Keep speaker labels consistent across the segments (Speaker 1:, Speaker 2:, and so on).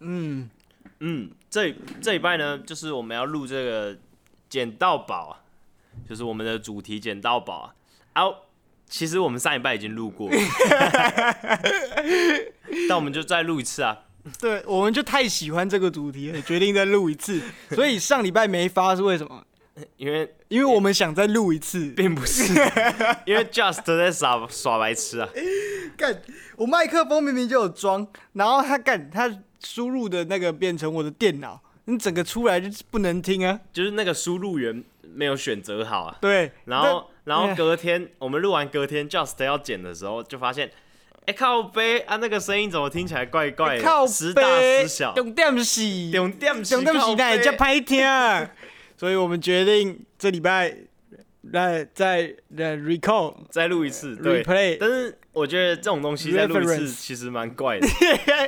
Speaker 1: 嗯，
Speaker 2: 嗯，这这礼拜呢，就是我们要录这个捡到宝啊，就是我们的主题捡到宝啊。啊，其实我们上礼拜已经录过了， 但我们就再录一次啊。
Speaker 1: 对，我们就太喜欢这个主题了，决定再录一次。所以上礼拜没发是为什么？
Speaker 2: 因为
Speaker 1: 因为我们想再录一 次。
Speaker 2: 并不是， 因为 Just 在耍耍白痴啊。
Speaker 1: 干，我麦克风明明就有装，然后他干他输入的那个变成我的电脑，你整个出来就是不能听啊。
Speaker 2: 就是那个输入源没有选择好啊。
Speaker 1: 对，
Speaker 2: 然后，然后隔天我们录完隔天 Just 要剪的时候，就发现，哎、靠背啊，那个声音怎么听起来怪怪
Speaker 1: 那
Speaker 2: 的？
Speaker 1: 哎靠
Speaker 2: 时大时
Speaker 1: 北
Speaker 2: 小，
Speaker 1: 重点是
Speaker 2: 重点
Speaker 1: 重点是
Speaker 2: 靠
Speaker 1: 那
Speaker 2: 北
Speaker 1: 也叫拍听啊。所以我们决定这礼拜来再来 recall
Speaker 2: 再录一次，对。
Speaker 1: 呃 replay。
Speaker 2: 但是我觉得这种东西再录一次
Speaker 1: Reference
Speaker 2: 其实蛮怪 的，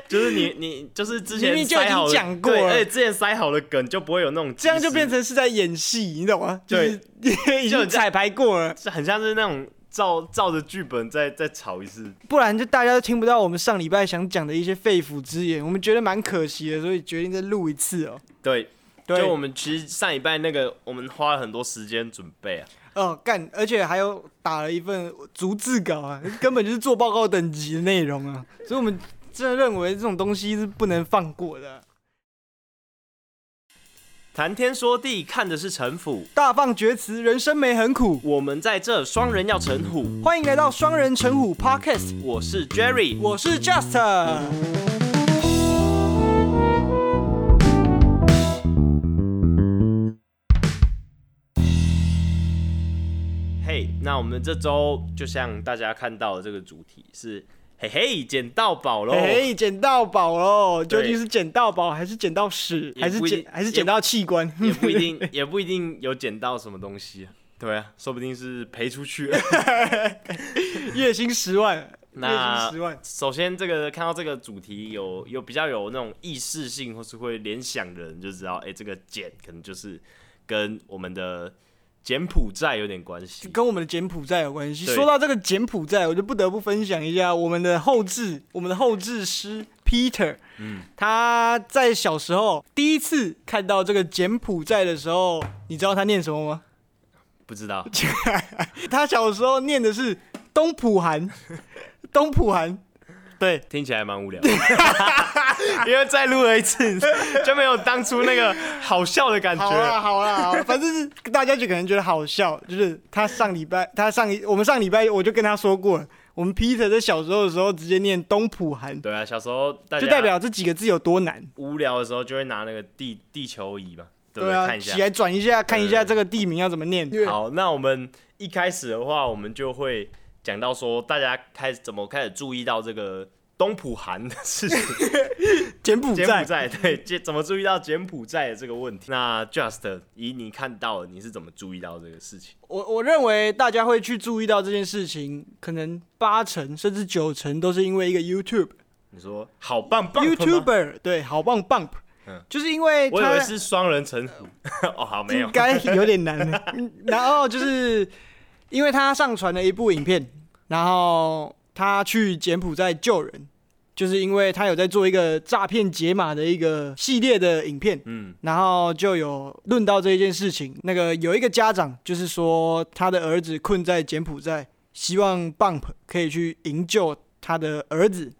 Speaker 2: 就是你你就是之前
Speaker 1: 明明就已经
Speaker 2: 塞好的
Speaker 1: 讲过了
Speaker 2: 对，而且之前塞好的梗就不会有那种即时，
Speaker 1: 这样就变成是在演戏，你懂吗？就是已
Speaker 2: 就
Speaker 1: 经
Speaker 2: 很像
Speaker 1: 彩排过了，
Speaker 2: 是很像是那种照照着剧本再再吵一次。
Speaker 1: 不然就大家都听不到我们上礼拜想讲的一些肺腑之言，我们觉得蛮可惜的，所以决定再录一次哦。
Speaker 2: 对，
Speaker 1: 对
Speaker 2: 就，我们其实上礼拜那个我们花了很多时间准备啊，
Speaker 1: 哦干，而且还有打了一份逐字稿啊，根本就是做报告等级的内容啊，所以我们真的认为这种东西是不能放过的。啊
Speaker 2: 谈天说地看的是城府，
Speaker 1: 大放厥词，人生没很苦。
Speaker 2: 我们在这双人要成虎。
Speaker 1: 欢迎来到双人成虎 Podcast，
Speaker 2: 我是 Jerry，
Speaker 1: 我是 Just。
Speaker 2: 嘿那我们这周就像大家看到的这个主题是，嘿嘿，捡到宝喽！
Speaker 1: 哎、捡到宝喽！
Speaker 2: 对
Speaker 1: 究竟是捡到宝，还是捡到屎，
Speaker 2: 也
Speaker 1: 还是
Speaker 2: 不一
Speaker 1: 捡
Speaker 2: 定
Speaker 1: 还是
Speaker 2: 也
Speaker 1: 捡到器官？
Speaker 2: 也 不一定，也不一定有捡到什么东西、啊。对啊，说不定是赔出 去了。
Speaker 1: 月薪十万，月
Speaker 2: 那
Speaker 1: 薪十万。
Speaker 2: 首先，这个看到这个主题有有比较有那种意识性，或是会联想的人就知道，哎、这个捡可能就是跟我们的柬埔寨有点关 系。
Speaker 1: 跟我们的柬埔寨有关系。
Speaker 2: 对
Speaker 1: 说到这个柬埔寨，我就不得不分享一下我们的后置，我们的后置师 Peter，
Speaker 2: 嗯
Speaker 1: 他在小时候第一次看到这个柬埔寨的时候，你知道他念什么吗？
Speaker 2: 不知道，
Speaker 1: 他小时候念的是东普韩， 东普韩，对，
Speaker 2: 听起来蛮无聊的， 因为再录了一次，就没有当初那个好笑的感觉
Speaker 1: 好啊
Speaker 2: 了。
Speaker 1: 啦好啦，好啦 反正是大家就可能觉得好笑，就是他上礼拜，他上一我们上礼拜我就跟他说过了，我们 Peter 在小时候的时候直接念东普韩，
Speaker 2: 对啊，小时候大
Speaker 1: 就代
Speaker 2: 家
Speaker 1: 表这几个字有多难。
Speaker 2: 无聊的时候就会拿那个地地球仪嘛，对不对？
Speaker 1: 啊，
Speaker 2: 看一下
Speaker 1: 起。来转一下，看一
Speaker 2: 对
Speaker 1: 下
Speaker 2: 对对
Speaker 1: 这个地名要怎么念。
Speaker 2: 好，那我们一开始的话，我们就会讲到说，大家开始怎么开始注意到这个东普韩的事 情，
Speaker 1: 柬埔
Speaker 2: 柬埔
Speaker 1: 寨，
Speaker 2: 寨对，柬怎么注意到柬埔寨的这个问题？那 Just 以你看到的，你是怎么注意到这个事情？
Speaker 1: 我我认为大家会去注意到这件事情，可能八成甚至九成都是因为一个 YouTube
Speaker 2: 你说好棒棒吗
Speaker 1: YouTuber 对，好棒 Bump，
Speaker 2: 嗯
Speaker 1: 就是因为
Speaker 2: 我以为
Speaker 1: 他
Speaker 2: 是双人成虎， 哦，好没有
Speaker 1: 应，该有点难 呢。嗯然后就是因为他上传了一部影片，然后他去柬埔寨救人，就是因为他有在做一个诈骗解码的一个系列的影片。
Speaker 2: 嗯，
Speaker 1: 然后就有论到这一件事情，那个有一个家长就是说他的儿子困在柬埔寨，希望 Bump 可以去营救他的儿子。
Speaker 2: 嗯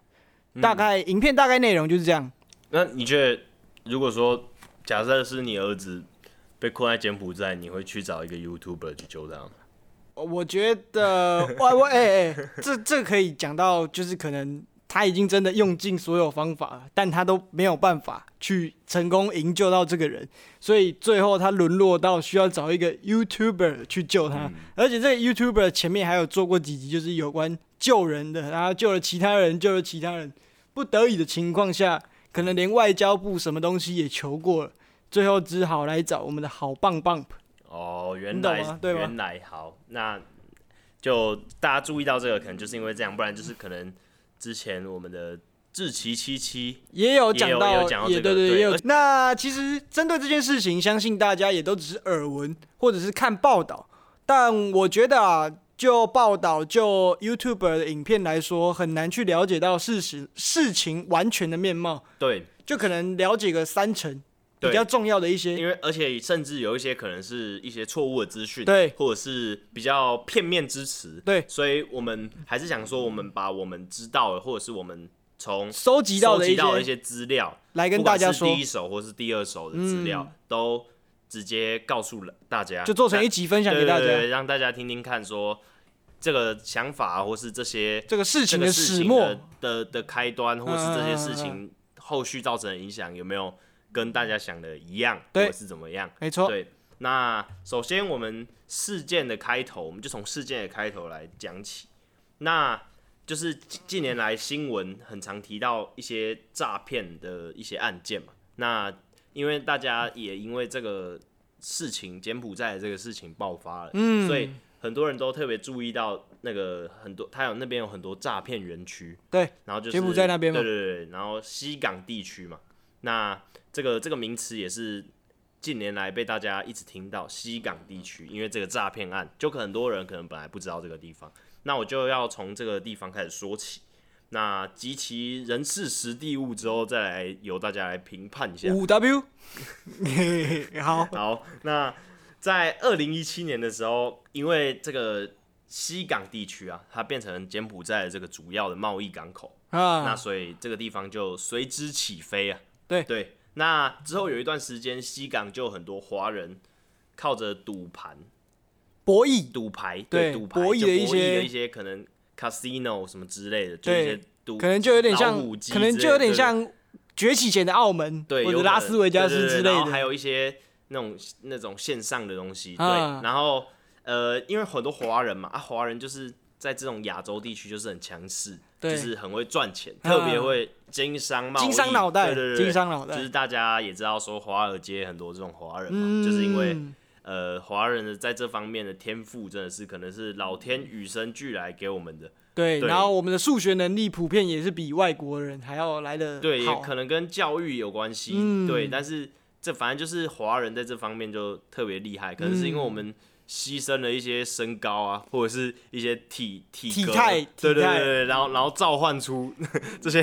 Speaker 1: 大概影片大概内容就是这样。
Speaker 2: 那你觉得，如果说假设是你儿子被困在柬埔寨，你会去找一个 YouTuber 去救他吗？
Speaker 1: 我觉得， 我我哎哎，这这可以讲到，就是可能他已经真的用尽所有方法了，但他都没有办法去成功营救到这个人，所以最后他沦落到需要找一个 YouTuber 去救他，而且这个 YouTuber 前面还有做过几集，就是有关救人的，然后救了其他人，救了其他人，不得已的情况下，可能连外交部什么东西也求过了，最后只好来找我们的好棒棒。
Speaker 2: 哦，原
Speaker 1: 你懂
Speaker 2: 来
Speaker 1: 吗对吧
Speaker 2: 原来好，那就大家注意到这个，可能就是因为这样，不然就是可能之前我们的志奇七七，
Speaker 1: 也有讲
Speaker 2: 也有也
Speaker 1: 到，
Speaker 2: 有讲到这个
Speaker 1: 对对，
Speaker 2: 对
Speaker 1: 也有
Speaker 2: 而。
Speaker 1: 那其实针对这件事情，相信大家也都只是耳闻或者是看报道，但我觉得啊，就报道就 YouTube 的影片来说，很难去了解到事实事情完全的面貌，
Speaker 2: 对，
Speaker 1: 就可能了解个三成，
Speaker 2: 对
Speaker 1: 比较重要的一些。
Speaker 2: 因为而且甚至有一些可能是一些错误的资讯，
Speaker 1: 对
Speaker 2: 或者是比较片面支持，
Speaker 1: 对
Speaker 2: 所以我们还是想说，我们把我们知道的，或者是我们从
Speaker 1: 收集到的
Speaker 2: 收集
Speaker 1: 一
Speaker 2: 到的一
Speaker 1: 些，
Speaker 2: 些资料，
Speaker 1: 来跟
Speaker 2: 不管
Speaker 1: 大家
Speaker 2: 是
Speaker 1: 说嗯
Speaker 2: 第一手或是第二手的资料，都直接告诉了大家，
Speaker 1: 就做成一
Speaker 2: 那
Speaker 1: 集分享给
Speaker 2: 对
Speaker 1: 大
Speaker 2: 对对
Speaker 1: 家。
Speaker 2: 让大家听听看说这个想法啊或是这些
Speaker 1: 这个
Speaker 2: 这
Speaker 1: 事情
Speaker 2: 个
Speaker 1: 的
Speaker 2: 事
Speaker 1: 始
Speaker 2: 情
Speaker 1: 末
Speaker 2: 的，的的开端，或是这些事
Speaker 1: 嗯
Speaker 2: 情后续造成的影响有没有跟大家想的一样，或
Speaker 1: 对
Speaker 2: 者是怎么样？
Speaker 1: 没错，
Speaker 2: 对，那首先我们事件的开头，我们就从事件的开头来讲起。那就是近近年来新闻很常提到一些诈骗的一些案件嘛。那因为大家也因为这个事情，柬埔寨的这个事情爆发了，嗯，所以很多人都特别注意到那个很多，他有那边有很多诈骗园区，
Speaker 1: 对，
Speaker 2: 然后就是
Speaker 1: 柬埔寨那边吗
Speaker 2: 对对对，然后西港地区嘛，那这个这个名词也是近年来被大家一直听到西港地区，因为这个诈骗案，就很多人可能本来不知道这个地方。那我就要从这个地方开始说起，那及其人事实地物之后，再来由大家来评判一下。
Speaker 1: 五 W，嘿嘿 好，
Speaker 2: 好，那在二零一七年的时候，因为这个西港地区啊，它变成柬埔寨的这个主要的贸易港口，那
Speaker 1: 啊，
Speaker 2: 所以这个地方就随之起飞啊。
Speaker 1: 对
Speaker 2: 对，那之后有一段时间，西港就有很多华人靠着赌盘、
Speaker 1: 博弈，
Speaker 2: 赌牌，
Speaker 1: 对
Speaker 2: 赌牌
Speaker 1: 博弈
Speaker 2: 就
Speaker 1: 的一
Speaker 2: 博弈的
Speaker 1: 些
Speaker 2: 一些可能 casino 什么之类的，就一
Speaker 1: 对
Speaker 2: 些赌，
Speaker 1: 可能就有点像
Speaker 2: 老虎，机
Speaker 1: 可能
Speaker 2: 之类
Speaker 1: 就有
Speaker 2: 的
Speaker 1: 点
Speaker 2: 对
Speaker 1: 像崛起前的澳门，
Speaker 2: 对，
Speaker 1: 或
Speaker 2: 有
Speaker 1: 者
Speaker 2: 可
Speaker 1: 拉
Speaker 2: 能
Speaker 1: 斯维加
Speaker 2: 对
Speaker 1: 斯
Speaker 2: 对对
Speaker 1: 之类
Speaker 2: 然后还
Speaker 1: 的。
Speaker 2: 有一些那种那种线上的东西，对，
Speaker 1: 啊
Speaker 2: 然后呃，因为很多华人嘛，啊，华人就是在这种亚洲地区就是很强势，
Speaker 1: 对
Speaker 2: 就是很会赚钱，特别
Speaker 1: 啊
Speaker 2: 会经商贸易，
Speaker 1: 经商脑袋
Speaker 2: 对对对，对
Speaker 1: 经商脑袋
Speaker 2: 就是大家也知道说华尔街很多这种华人嘛，就是因为
Speaker 1: 嗯
Speaker 2: 呃，华人的在这方面的天赋真的是可能是老天与生俱来给我们的，
Speaker 1: 对，
Speaker 2: 对
Speaker 1: 然后我们的数学能力普遍也是比外国人还要来的
Speaker 2: 对，也
Speaker 1: 好。
Speaker 2: 可能跟教育有关系，
Speaker 1: 嗯
Speaker 2: 对，但是这反正就是华人在这方面就特别厉害，可能是因
Speaker 1: 嗯
Speaker 2: 为我们牺牲了一些身高啊， 或者是一些体体
Speaker 1: 体
Speaker 2: 格
Speaker 1: 态体
Speaker 2: 对对
Speaker 1: 态
Speaker 2: 对对，然后然后召唤出 这些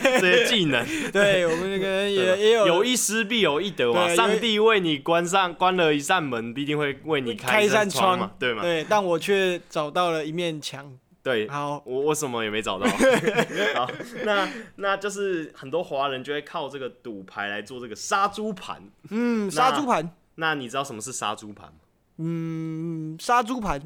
Speaker 2: 这些技能，
Speaker 1: 对我们 可能
Speaker 2: 对吧
Speaker 1: 也也
Speaker 2: 有
Speaker 1: 一
Speaker 2: 一失必有一得嘛，
Speaker 1: 对
Speaker 2: 上帝为你关上关了一扇门，必定会为你
Speaker 1: 开
Speaker 2: 一
Speaker 1: 一扇
Speaker 2: 窗
Speaker 1: 窗
Speaker 2: 嘛，对吗？
Speaker 1: 对，但我却找到了一面墙。
Speaker 2: 对，
Speaker 1: 好，
Speaker 2: 我我什么也没 找到。好，那那就是很多华人就会靠这个赌牌来做这个杀猪盘。
Speaker 1: 嗯，杀猪盘，
Speaker 2: 那你知道什么是杀猪盘吗？
Speaker 1: 嗯，杀猪盘，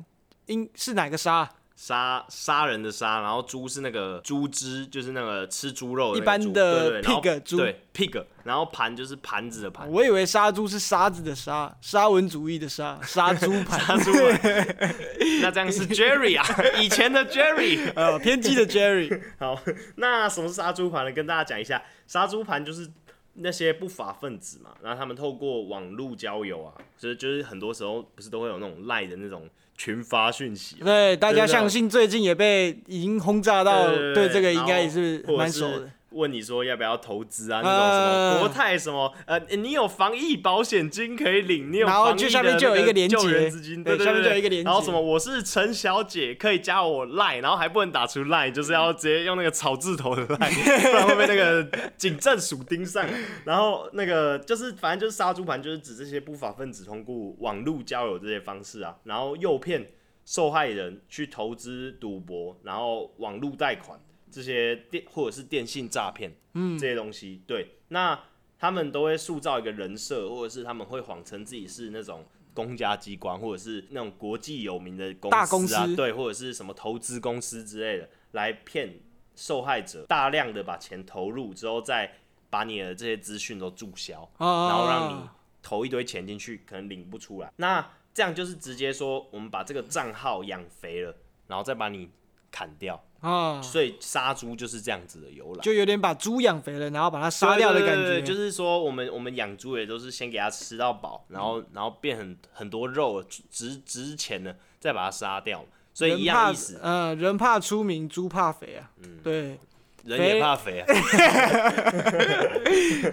Speaker 1: 应是哪个杀？
Speaker 2: 杀杀人的杀，然后猪是那个猪汁，就是那个吃猪肉的
Speaker 1: 一
Speaker 2: 那个
Speaker 1: 般
Speaker 2: 猪对
Speaker 1: 的
Speaker 2: 对对然后
Speaker 1: pig 猪
Speaker 2: 对 pig，然后盘就是盘子的 盘。
Speaker 1: 我以为杀猪是沙子的沙，沙文主义的沙，杀猪 盘，
Speaker 2: 杀猪盘， 那这样是 Jerry 啊，以前的 Jerry。
Speaker 1: 呃，偏激的 Jerry。
Speaker 2: 好，那什么是杀猪盘呢？跟大家讲一下，杀猪盘就是那些不法分子嘛，然后他们透过网络交友啊，就是就是很多时候不是都会有那种赖的那种群发讯息啊、
Speaker 1: 对，大
Speaker 2: 对
Speaker 1: 家
Speaker 2: 对
Speaker 1: 相信最近也被已经轰炸到，
Speaker 2: 对
Speaker 1: 对这个应该也
Speaker 2: 是
Speaker 1: 是蛮熟的。。
Speaker 2: 问你说要不要投资啊？那种什么
Speaker 1: 呃
Speaker 2: 国泰什么呃，你有防疫保险金可以领，你有
Speaker 1: 然后
Speaker 2: 防疫
Speaker 1: 就
Speaker 2: 的
Speaker 1: 下面就有
Speaker 2: 那
Speaker 1: 一个连
Speaker 2: 救援
Speaker 1: 结
Speaker 2: 资金，
Speaker 1: 对
Speaker 2: 对
Speaker 1: 下面就有
Speaker 2: 对
Speaker 1: 一个连
Speaker 2: 然后
Speaker 1: 结
Speaker 2: 什么我是陈小姐，可以加我 line，然后还不能打出 line，就是要直接用那个草字头的 line，不然会被那个警政署盯上。啊然后那个就是反正就是杀猪盘，就是指这些不法分子通过网络交友这些方式啊，然后诱骗受害人去投资赌博，然后网络贷款这些电或者是电信诈骗，嗯，这些东西，对，那他们都会塑造一个人设，或者是他们会谎称自己是那种公家机关，或者是那种国际有名的公司、啊、
Speaker 1: 大公司
Speaker 2: 对，或者是什么投资公司之类的，来骗受害者大量的把钱投入之后，再把你的这些资讯都注销，
Speaker 1: 啊
Speaker 2: 然后让你投一堆钱进去，可能领不出来。那这样就是直接说，我们把这个账号养肥了，然后再把你砍掉。
Speaker 1: 啊，
Speaker 2: 所以杀猪就是这样子的由来，
Speaker 1: 就有点把猪养肥了，然后把它杀掉的
Speaker 2: 对
Speaker 1: 感
Speaker 2: 对对
Speaker 1: 觉。
Speaker 2: 对就是说我们我们养猪也都是先给它吃到饱，然
Speaker 1: 嗯
Speaker 2: 后然后变很很多肉值值钱的，再把它杀掉。所以一
Speaker 1: 人
Speaker 2: 样
Speaker 1: 怕
Speaker 2: 意思，嗯
Speaker 1: 呃，人怕出名，猪怕肥啊。对，
Speaker 2: 人也
Speaker 1: 肥
Speaker 2: 怕肥啊。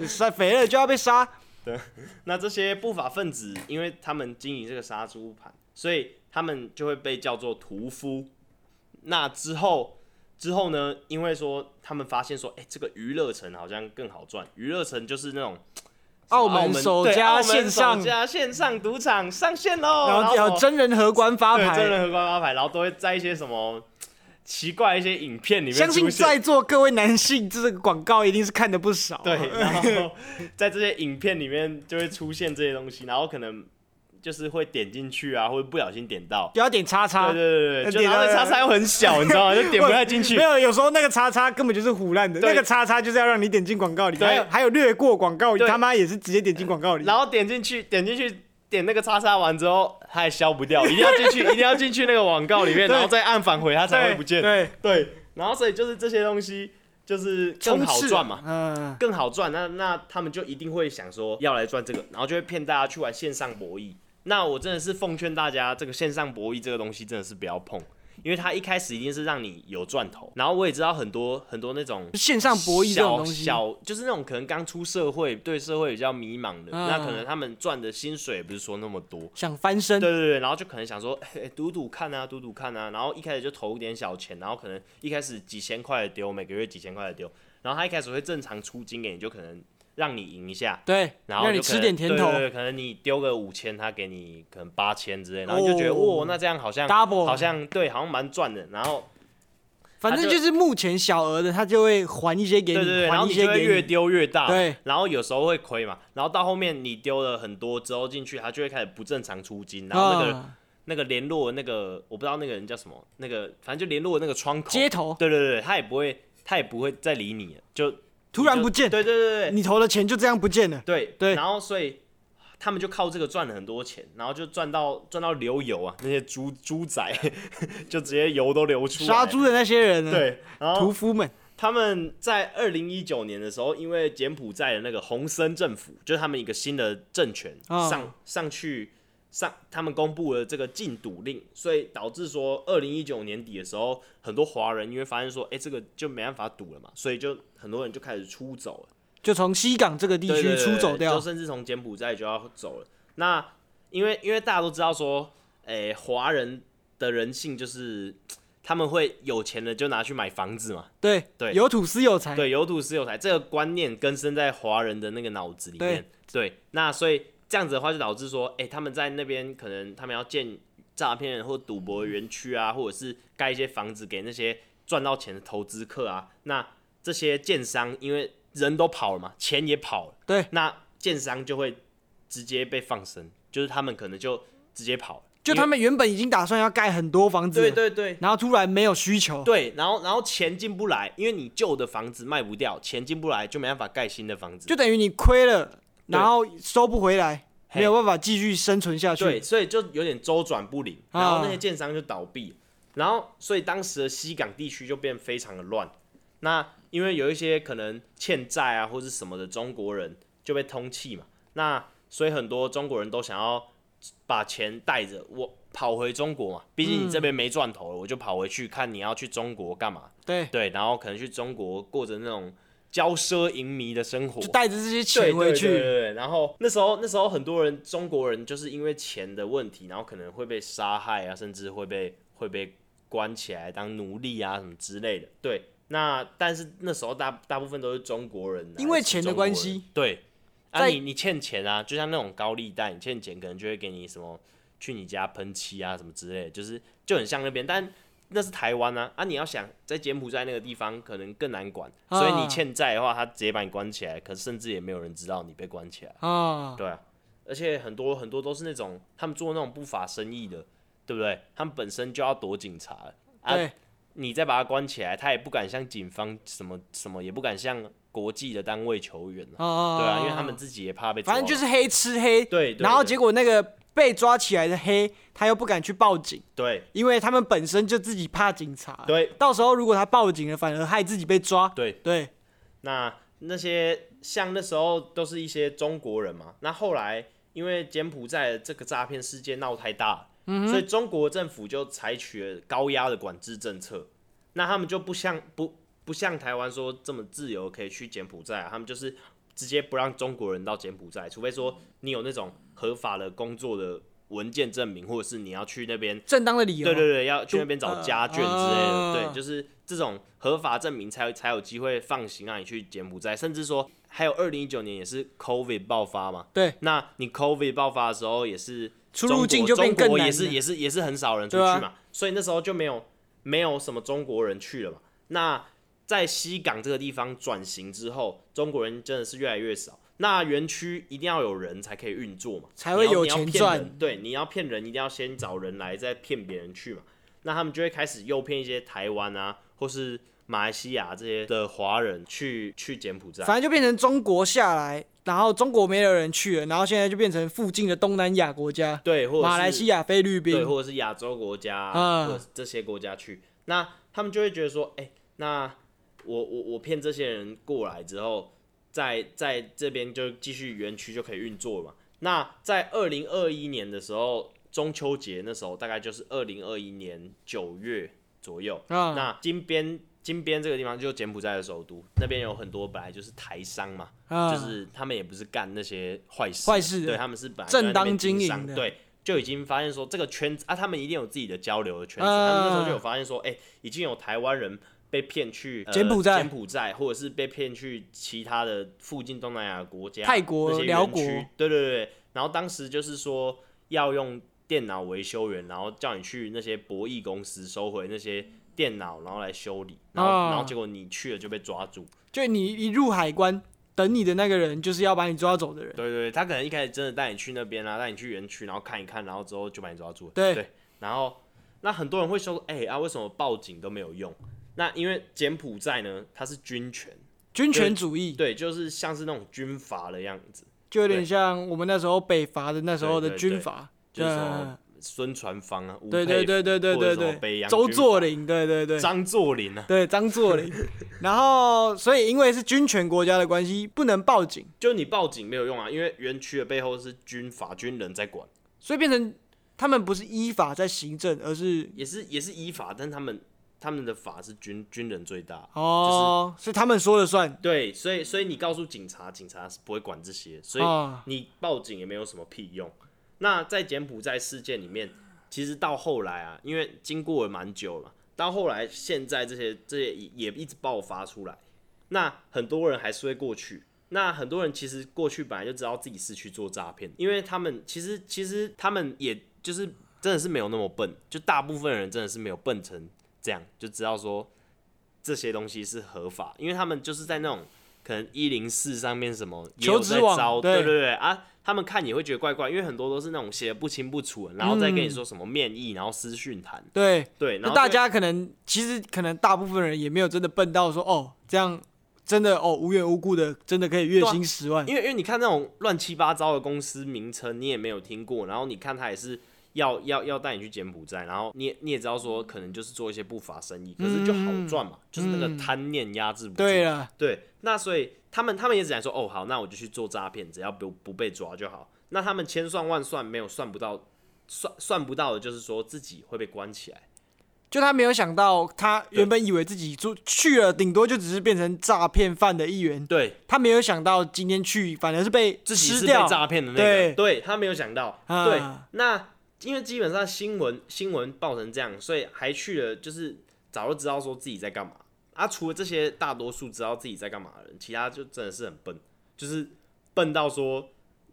Speaker 1: 杀肥了就要被杀。
Speaker 2: 那这些不法分子，因为他们经营这个杀猪盘，所以他们就会被叫做屠夫。那之后之后呢，因为说他们发现说，哎、这个娱乐城好像更好赚，娱乐城就是那种
Speaker 1: 澳
Speaker 2: 门
Speaker 1: 门首
Speaker 2: 对澳
Speaker 1: 家
Speaker 2: 门
Speaker 1: 线上
Speaker 2: 首，家线上赌场上线喽，
Speaker 1: 然后
Speaker 2: 什
Speaker 1: 有
Speaker 2: 么
Speaker 1: 真人荷官发
Speaker 2: 对真
Speaker 1: 牌。
Speaker 2: 人和官发牌，然后都会在一些什么奇怪一些影片里面
Speaker 1: 相信
Speaker 2: 出现
Speaker 1: 在座各位男性，这个广告一定是看的不少、
Speaker 2: 对，， 然后在这些影片里面就会出现这些东西，然后可能就是会点进去啊，或者不小心点到。
Speaker 1: 不要点叉叉。
Speaker 2: 对对对对，就
Speaker 1: 点
Speaker 2: 然
Speaker 1: 到
Speaker 2: 后那叉叉又很小，你知道吗？就点不太进去
Speaker 1: 没。有，有时候那个叉叉根本就是胡乱的，
Speaker 2: 对
Speaker 1: 那个叉叉就是要让你点进广告里，
Speaker 2: 对
Speaker 1: 还有还有略过广告，
Speaker 2: 对
Speaker 1: 他妈也是直接点进广告里。
Speaker 2: 然后点进去，点进去，点那个叉叉完之后，它还消不掉，一定要 进去，一定要进去那个广告里面，
Speaker 1: 对
Speaker 2: 然后再按返回，它才会
Speaker 1: 对
Speaker 2: 不见。
Speaker 1: 对，
Speaker 2: 对，然后所以就是这些东西就是更
Speaker 1: 冲
Speaker 2: 好
Speaker 1: 刺
Speaker 2: 赚嘛，
Speaker 1: 嗯，
Speaker 2: 更好赚，那那他们就一定会想说要来赚这个，然后就会骗大家去玩线上博弈。那我真的是奉劝大家，这个线上博弈这个东西真的是不要碰，因为它一开始一定是让你有赚头。然后我也知道很多很多那种
Speaker 1: 线上博弈这种东西，
Speaker 2: 小小就是那种可能刚出社会，对社会比较迷茫的，
Speaker 1: 嗯
Speaker 2: 那可能他们赚的薪水也不是说那么多，
Speaker 1: 想翻身，
Speaker 2: 对对对，然后就可能想说，哎、哎赌赌看啊，赌赌看啊，然后一开始就投一点小钱，然后可能一开始几千块的丢，每个月几千块的丢，然后他一开始会正常出金给你，就可能让你赢一下，
Speaker 1: 对，
Speaker 2: 然后
Speaker 1: 让你
Speaker 2: 就可
Speaker 1: 吃
Speaker 2: 能
Speaker 1: 点甜
Speaker 2: 对
Speaker 1: 头
Speaker 2: 对对可能你丢个五千，他给你可能八千之类，然后你就觉得，
Speaker 1: 哦
Speaker 2: 哦，那这样好像
Speaker 1: ，double，
Speaker 2: 好像对，好像蛮赚的，然后
Speaker 1: 反正就是目前小额的，他就会还一些给
Speaker 2: 对
Speaker 1: 你，
Speaker 2: 对对，然后
Speaker 1: 还一
Speaker 2: 你就
Speaker 1: 些
Speaker 2: 会越
Speaker 1: 给你，
Speaker 2: 丢越大，
Speaker 1: 对，
Speaker 2: 然后有时候会亏嘛，然后到后面你丢了很多之后进去，他就会开始不正常出金，然后那个。
Speaker 1: 啊
Speaker 2: 那个联络的那个，我不知道那个人叫什么，那个反正就联络的那个窗口，
Speaker 1: 街头
Speaker 2: 对对对，他也不会，他也不会再理你了，就
Speaker 1: 突然
Speaker 2: 你就
Speaker 1: 不见，
Speaker 2: 对对对对
Speaker 1: 你投的钱就这样不见了，
Speaker 2: 对
Speaker 1: 对
Speaker 2: 然后所以他们就靠这个赚了很多钱，然后就赚到赚到流油啊，那些猪猪仔 就直接油都流出来，
Speaker 1: 杀，猪的那些人呢，，
Speaker 2: 对，然后
Speaker 1: 屠夫们，
Speaker 2: 他们在二零一九年的时候，因为柬埔寨的那个洪森政府，就是他们一个新的政权
Speaker 1: 哦
Speaker 2: 上、上去上，他们公布了这个禁赌令，所以导致说二零一九年底的时候，很多华人因为发现说，哎、这个就没办法赌了嘛，所以就很多人就开始出走了，
Speaker 1: 就从西港这个地
Speaker 2: 对对
Speaker 1: 区
Speaker 2: 对
Speaker 1: 出走
Speaker 2: 对就
Speaker 1: 掉，
Speaker 2: 甚至从柬埔寨就要走了。那因为因为大家都知道说，哎、华人的人性就是他们会有钱了就拿去买房子嘛。
Speaker 1: 对
Speaker 2: 对
Speaker 1: 有土司有财，
Speaker 2: 对，有土是有财，这个观念根深在华人的那个脑子里面。对，那所以这样子的话，就导致说，哎、他们在那边可能他们要建诈骗或赌博园区啊，或者是盖一些房子给那些赚到钱的投资客啊。那这些建商因为人都跑了嘛，钱也跑了，
Speaker 1: 对，
Speaker 2: 那建商就会直接被放生，就是他们可能就直接跑了，
Speaker 1: 就
Speaker 2: 因为
Speaker 1: 他们原本已经打算要盖很多房子
Speaker 2: 对
Speaker 1: 了，
Speaker 2: 对对，
Speaker 1: 然后突然没有需求，
Speaker 2: 对，然后然后钱进不来，因为你旧的房子卖不掉，钱进不来就没办法盖新的房子。
Speaker 1: 就等于你亏了，
Speaker 2: 对
Speaker 1: 然后收不回来，
Speaker 2: 嘿
Speaker 1: 没有办法继续生存下去。
Speaker 2: 对，所以就有点周转不灵，
Speaker 1: 啊
Speaker 2: 然后那些建商就倒闭，然后所以当时的西港地区就变非常的乱。那因为有一些可能欠债啊或是什么的中国人就被通缉嘛，那所以很多中国人都想要把钱带着我跑回中国嘛，毕竟你
Speaker 1: 嗯
Speaker 2: 这边没赚头了，我就跑回去看你要去中国干嘛？
Speaker 1: 对，
Speaker 2: 对，然后可能去中国过着那种骄奢淫靡的生活
Speaker 1: 就，带着这些
Speaker 2: 对
Speaker 1: 钱回
Speaker 2: 对对
Speaker 1: 去，
Speaker 2: 对对然后那时候那时候很多人中国人就是因为钱的问题，然后可能会被杀害啊，甚至会被会被关起来当奴隶啊什么之类的。对，那但是那时候大大部分都是中国人啊，
Speaker 1: 因为
Speaker 2: 是
Speaker 1: 钱的
Speaker 2: 中国人
Speaker 1: 关系。
Speaker 2: 对，啊
Speaker 1: 在
Speaker 2: 你你欠钱啊，就像那种高利贷，你欠钱可能就会给你什么去你家喷漆啊什么之类的，就是就很像那边，但。那是台湾啊，啊你要想在柬埔寨那个地方可能更难管，所以
Speaker 1: 啊
Speaker 2: 你欠债的话，他直接把你关起来，可是甚至也没有人知道你被关起来。
Speaker 1: 啊，
Speaker 2: 对啊，而且很多很多都是那种他们做那种不法生意的，对不对？他们本身就要躲警察了啊，
Speaker 1: 对，
Speaker 2: 你再把他关起来，他也不敢向警方什么什么，也不敢向国际的单位求援啊。
Speaker 1: 啊，
Speaker 2: 对啊，因为他们自己也怕被抓
Speaker 1: 反
Speaker 2: 嘛，
Speaker 1: 正就是黑吃黑，
Speaker 2: 对，对
Speaker 1: 然后
Speaker 2: 对
Speaker 1: 结果那个被抓起来的黑，他又不敢去报警，
Speaker 2: 对
Speaker 1: 因为他们本身就自己怕警察，
Speaker 2: 对
Speaker 1: 到时候如果他报警了，反而害自己被抓，
Speaker 2: 对，
Speaker 1: 对，
Speaker 2: 那那些像那时候都是一些中国人嘛，那后来因为柬埔寨的这个诈骗事件闹太大了，所以中国政府就采取了高压的管制政策，那他们就不像不不像台湾说这么自由可以去柬埔寨啊、他们就是直接不让中国人到柬埔寨，除非说你有那种合法的工作的文件证明，或者是你要去那边，
Speaker 1: 正当的理由，
Speaker 2: 对对对，要去那边找
Speaker 1: 呃
Speaker 2: 家眷之类的，
Speaker 1: 啊
Speaker 2: 对，就是这种合法证明才有才有机会放行让你去柬埔寨，甚至说还有二零一九年也是 COVID 爆发嘛，
Speaker 1: 对
Speaker 2: 那你 COVID 爆发的时候也是
Speaker 1: 出
Speaker 2: 中
Speaker 1: 入
Speaker 2: 国
Speaker 1: 境就变
Speaker 2: 中
Speaker 1: 更
Speaker 2: 国
Speaker 1: 难
Speaker 2: 也
Speaker 1: 了。
Speaker 2: 是也是也是很少人出去
Speaker 1: 对啊
Speaker 2: 嘛，所以那时候就没有没有什么中国人去了嘛。那在西港这个地方转型之后，中国人真的是越来越少。那园区一定要有人才可以运作嘛，
Speaker 1: 才会
Speaker 2: 你要
Speaker 1: 有
Speaker 2: 你要
Speaker 1: 钱
Speaker 2: 骗
Speaker 1: 赚
Speaker 2: 人对，你要骗人，一定要先找人来，再骗别人去嘛。那他们就会开始诱骗一些台湾啊，或是马来西亚这些的华人去去柬埔寨。
Speaker 1: 反正就变成中国下来，然后中国没有人去了，然后现在就变成附近的东南亚国家，
Speaker 2: 对，或者
Speaker 1: 马来
Speaker 2: 是
Speaker 1: 西亚、菲律
Speaker 2: 对，
Speaker 1: 宾，
Speaker 2: 或者是亚洲国家、
Speaker 1: 啊
Speaker 2: 或者是这些国家去，那他们就会觉得说，哎、那我我我骗这些人过来之后，在在这边就继续园区就可以运作了嘛。那在二零二一年的时候，中秋节那时候大概就是二零二一年九月左右，
Speaker 1: 啊，
Speaker 2: 那金边金边这个地方就是柬埔寨的首都，那边有很多本来就是台商嘛，
Speaker 1: 啊
Speaker 2: 就是他们也不是干那些坏事，
Speaker 1: 坏事的
Speaker 2: 对他们是本来就在
Speaker 1: 正
Speaker 2: 那边
Speaker 1: 当经
Speaker 2: 经
Speaker 1: 营
Speaker 2: 商
Speaker 1: 的
Speaker 2: 对，就已经发现说这个圈子啊，他们一定有自己的交流的圈子，
Speaker 1: 啊
Speaker 2: 他们那时候就有发现说，哎、已经有台湾人。被骗去、呃
Speaker 1: 柬埔寨
Speaker 2: 柬埔寨，或者是被骗去其他的附近东南亚国家，
Speaker 1: 泰国
Speaker 2: 那些
Speaker 1: 辽
Speaker 2: 园
Speaker 1: 国
Speaker 2: 区对对对。然后当时就是说要用电脑维修员，然后叫你去那些博弈公司收回那些电脑，然后来修理，然后、
Speaker 1: 啊
Speaker 2: 然后结果你去了就被抓住。
Speaker 1: 就你一入海关，等你的那个人就是要把你抓走的人，
Speaker 2: 对对对，他可能一开始真的带你去那边啊，带你去园区，然后看一看，然后之后就把你抓住了。
Speaker 1: 对
Speaker 2: 然后那很多人会说，哎、啊，为什么报警都没有用？那因为柬埔寨呢，它是军权，
Speaker 1: 军权主义，
Speaker 2: 对，就是像是那种军阀的样子，
Speaker 1: 就有点像我们那时候北伐的那时候
Speaker 2: 对
Speaker 1: 的
Speaker 2: 对
Speaker 1: 军
Speaker 2: 对
Speaker 1: 阀，
Speaker 2: 就是什
Speaker 1: 嗯
Speaker 2: 么孙传芳啊，吴
Speaker 1: 对
Speaker 2: 佩
Speaker 1: 对
Speaker 2: 孚
Speaker 1: 对对对
Speaker 2: 或者
Speaker 1: 对
Speaker 2: 什么北
Speaker 1: 对，
Speaker 2: 洋
Speaker 1: 周
Speaker 2: 军
Speaker 1: 作
Speaker 2: 阀、
Speaker 1: 霖，对对对，
Speaker 2: 张作霖啊，
Speaker 1: 对张作 霖，然后所以因为是军权国家的关系，不能报警，
Speaker 2: 就你报警没有用啊，因为园区的背后是军法军人在管，
Speaker 1: 所以变成他们不是依法在行政，而是
Speaker 2: 也是也是依法，但他们他们的法是军军人最大。
Speaker 1: 哦，是他们说了算
Speaker 2: 对，所以所以你告诉警察，警察是不会管这些，所以
Speaker 1: 啊
Speaker 2: 你报警也没有什么屁用。那在柬埔寨事件里面，其实到后来啊，因为经过了蛮久了，到后来现在这些这些也也一直爆发出来，那很多人还是会过去。那很多人其实过去本来就知道自己是去做诈骗，因为他们其实其实他们也就是真的是没有那么笨，就大部分人真的是没有笨成这样，就知道说这些东西是合法，因为他们就是在那种可能一零四上面什么也有
Speaker 1: 求职
Speaker 2: 在
Speaker 1: 网
Speaker 2: 招
Speaker 1: 对
Speaker 2: 对对对啊，他们看也会觉得怪怪，因为很多都是那种写的不清不楚，然后再跟你说什么面议，然后私讯谈，
Speaker 1: 对。
Speaker 2: 对，然
Speaker 1: 那
Speaker 2: 后
Speaker 1: 嗯大
Speaker 2: 就
Speaker 1: 家可能其实可能大部分人也没有真的笨到说哦，这样真的哦无缘无故的真的可以月薪十 万，
Speaker 2: 因为因为你看那种乱七八糟的公司名称，你也没有听过，然后你看他也是要要要带你去柬埔寨，然后你也你也知道说可能就是做一些不法生意，可是就好赚嘛，就是那个贪念压制不住。
Speaker 1: 对了，
Speaker 2: 对，那所以他们他们也只敢说哦好，那我就去做诈骗，只要不不被抓就好。那他们千算万算没有算不到，算算不到的就是说自己会被关起来。
Speaker 1: 就他没有想到，他原本以为自己做去了，顶多就只是变成诈骗犯的一员，
Speaker 2: 对，
Speaker 1: 他没有想到今天去反而是被
Speaker 2: 自己
Speaker 1: 吃
Speaker 2: 是被
Speaker 1: 掉，
Speaker 2: 诈骗的那
Speaker 1: 对
Speaker 2: 个，对他没有想到，
Speaker 1: 啊
Speaker 2: 对，那因为基本上新闻新闻报成这样，所以还去了，就是早就知道说自己在干嘛啊。除了这些大多数知道自己在干嘛的人，其他就真的是很笨，就是笨到说，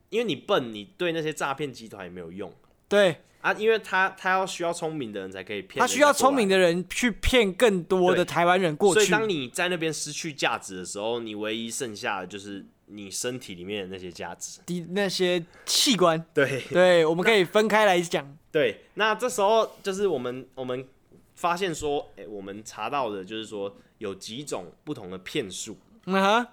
Speaker 2: 因为你笨，你对那些诈骗集团也没有用
Speaker 1: 对
Speaker 2: 啊，因为他他要需要聪明的人才可以骗，
Speaker 1: 他需要聪明。的人去骗更多的
Speaker 2: 对
Speaker 1: 台湾人过
Speaker 2: 所以，
Speaker 1: 去，
Speaker 2: 当你在那边失去价值的时候，你唯一剩下的就是你身体里面的那些价值。
Speaker 1: 的那些器官，
Speaker 2: 对，
Speaker 1: 对，我们可以分开来讲，
Speaker 2: 对，那这时候就是我们我们发现说，哎、我们查到的就是说有几种不同的骗术，
Speaker 1: 嗯哈，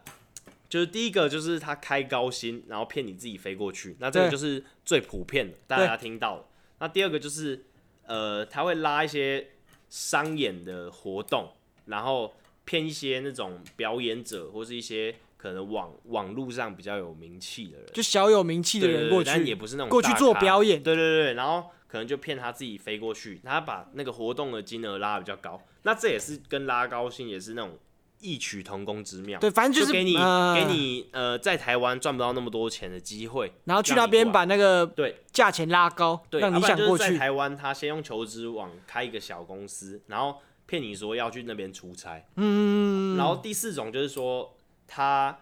Speaker 2: 就是第一个就是他开高薪，然后骗你自己飞过去，那这个
Speaker 1: 对
Speaker 2: 就是最普遍的，大家听到了。那第二个就是呃，他会拉一些商演的活动，然后骗一些那种表演者或是一些可能网网络上比较有名气的人。
Speaker 1: 就小有名气的
Speaker 2: 对对
Speaker 1: 人
Speaker 2: 对
Speaker 1: 过
Speaker 2: 但也
Speaker 1: 去，
Speaker 2: 不是那种
Speaker 1: 过去
Speaker 2: 大
Speaker 1: 做
Speaker 2: 咖
Speaker 1: 表演
Speaker 2: 对对对，然后可能就骗他自己飞过去，他把那个活动的金额拉得比较高，那这也是跟拉高薪也是那种异曲同工之妙。
Speaker 1: 对，反正
Speaker 2: 就是给你、
Speaker 1: 呃
Speaker 2: 给你呃，在台湾赚不到那么多钱的机会，
Speaker 1: 然后去
Speaker 2: 让
Speaker 1: 那
Speaker 2: 你
Speaker 1: 边
Speaker 2: 过来
Speaker 1: 把那个
Speaker 2: 对
Speaker 1: 价钱拉高，
Speaker 2: 对，
Speaker 1: 让
Speaker 2: 要
Speaker 1: 你
Speaker 2: 不然
Speaker 1: 想
Speaker 2: 就是
Speaker 1: 过
Speaker 2: 在
Speaker 1: 去。
Speaker 2: 台湾，他先用求职网开一个小公司，然后骗你说要去那边出差。嗯，然后第四种就是说他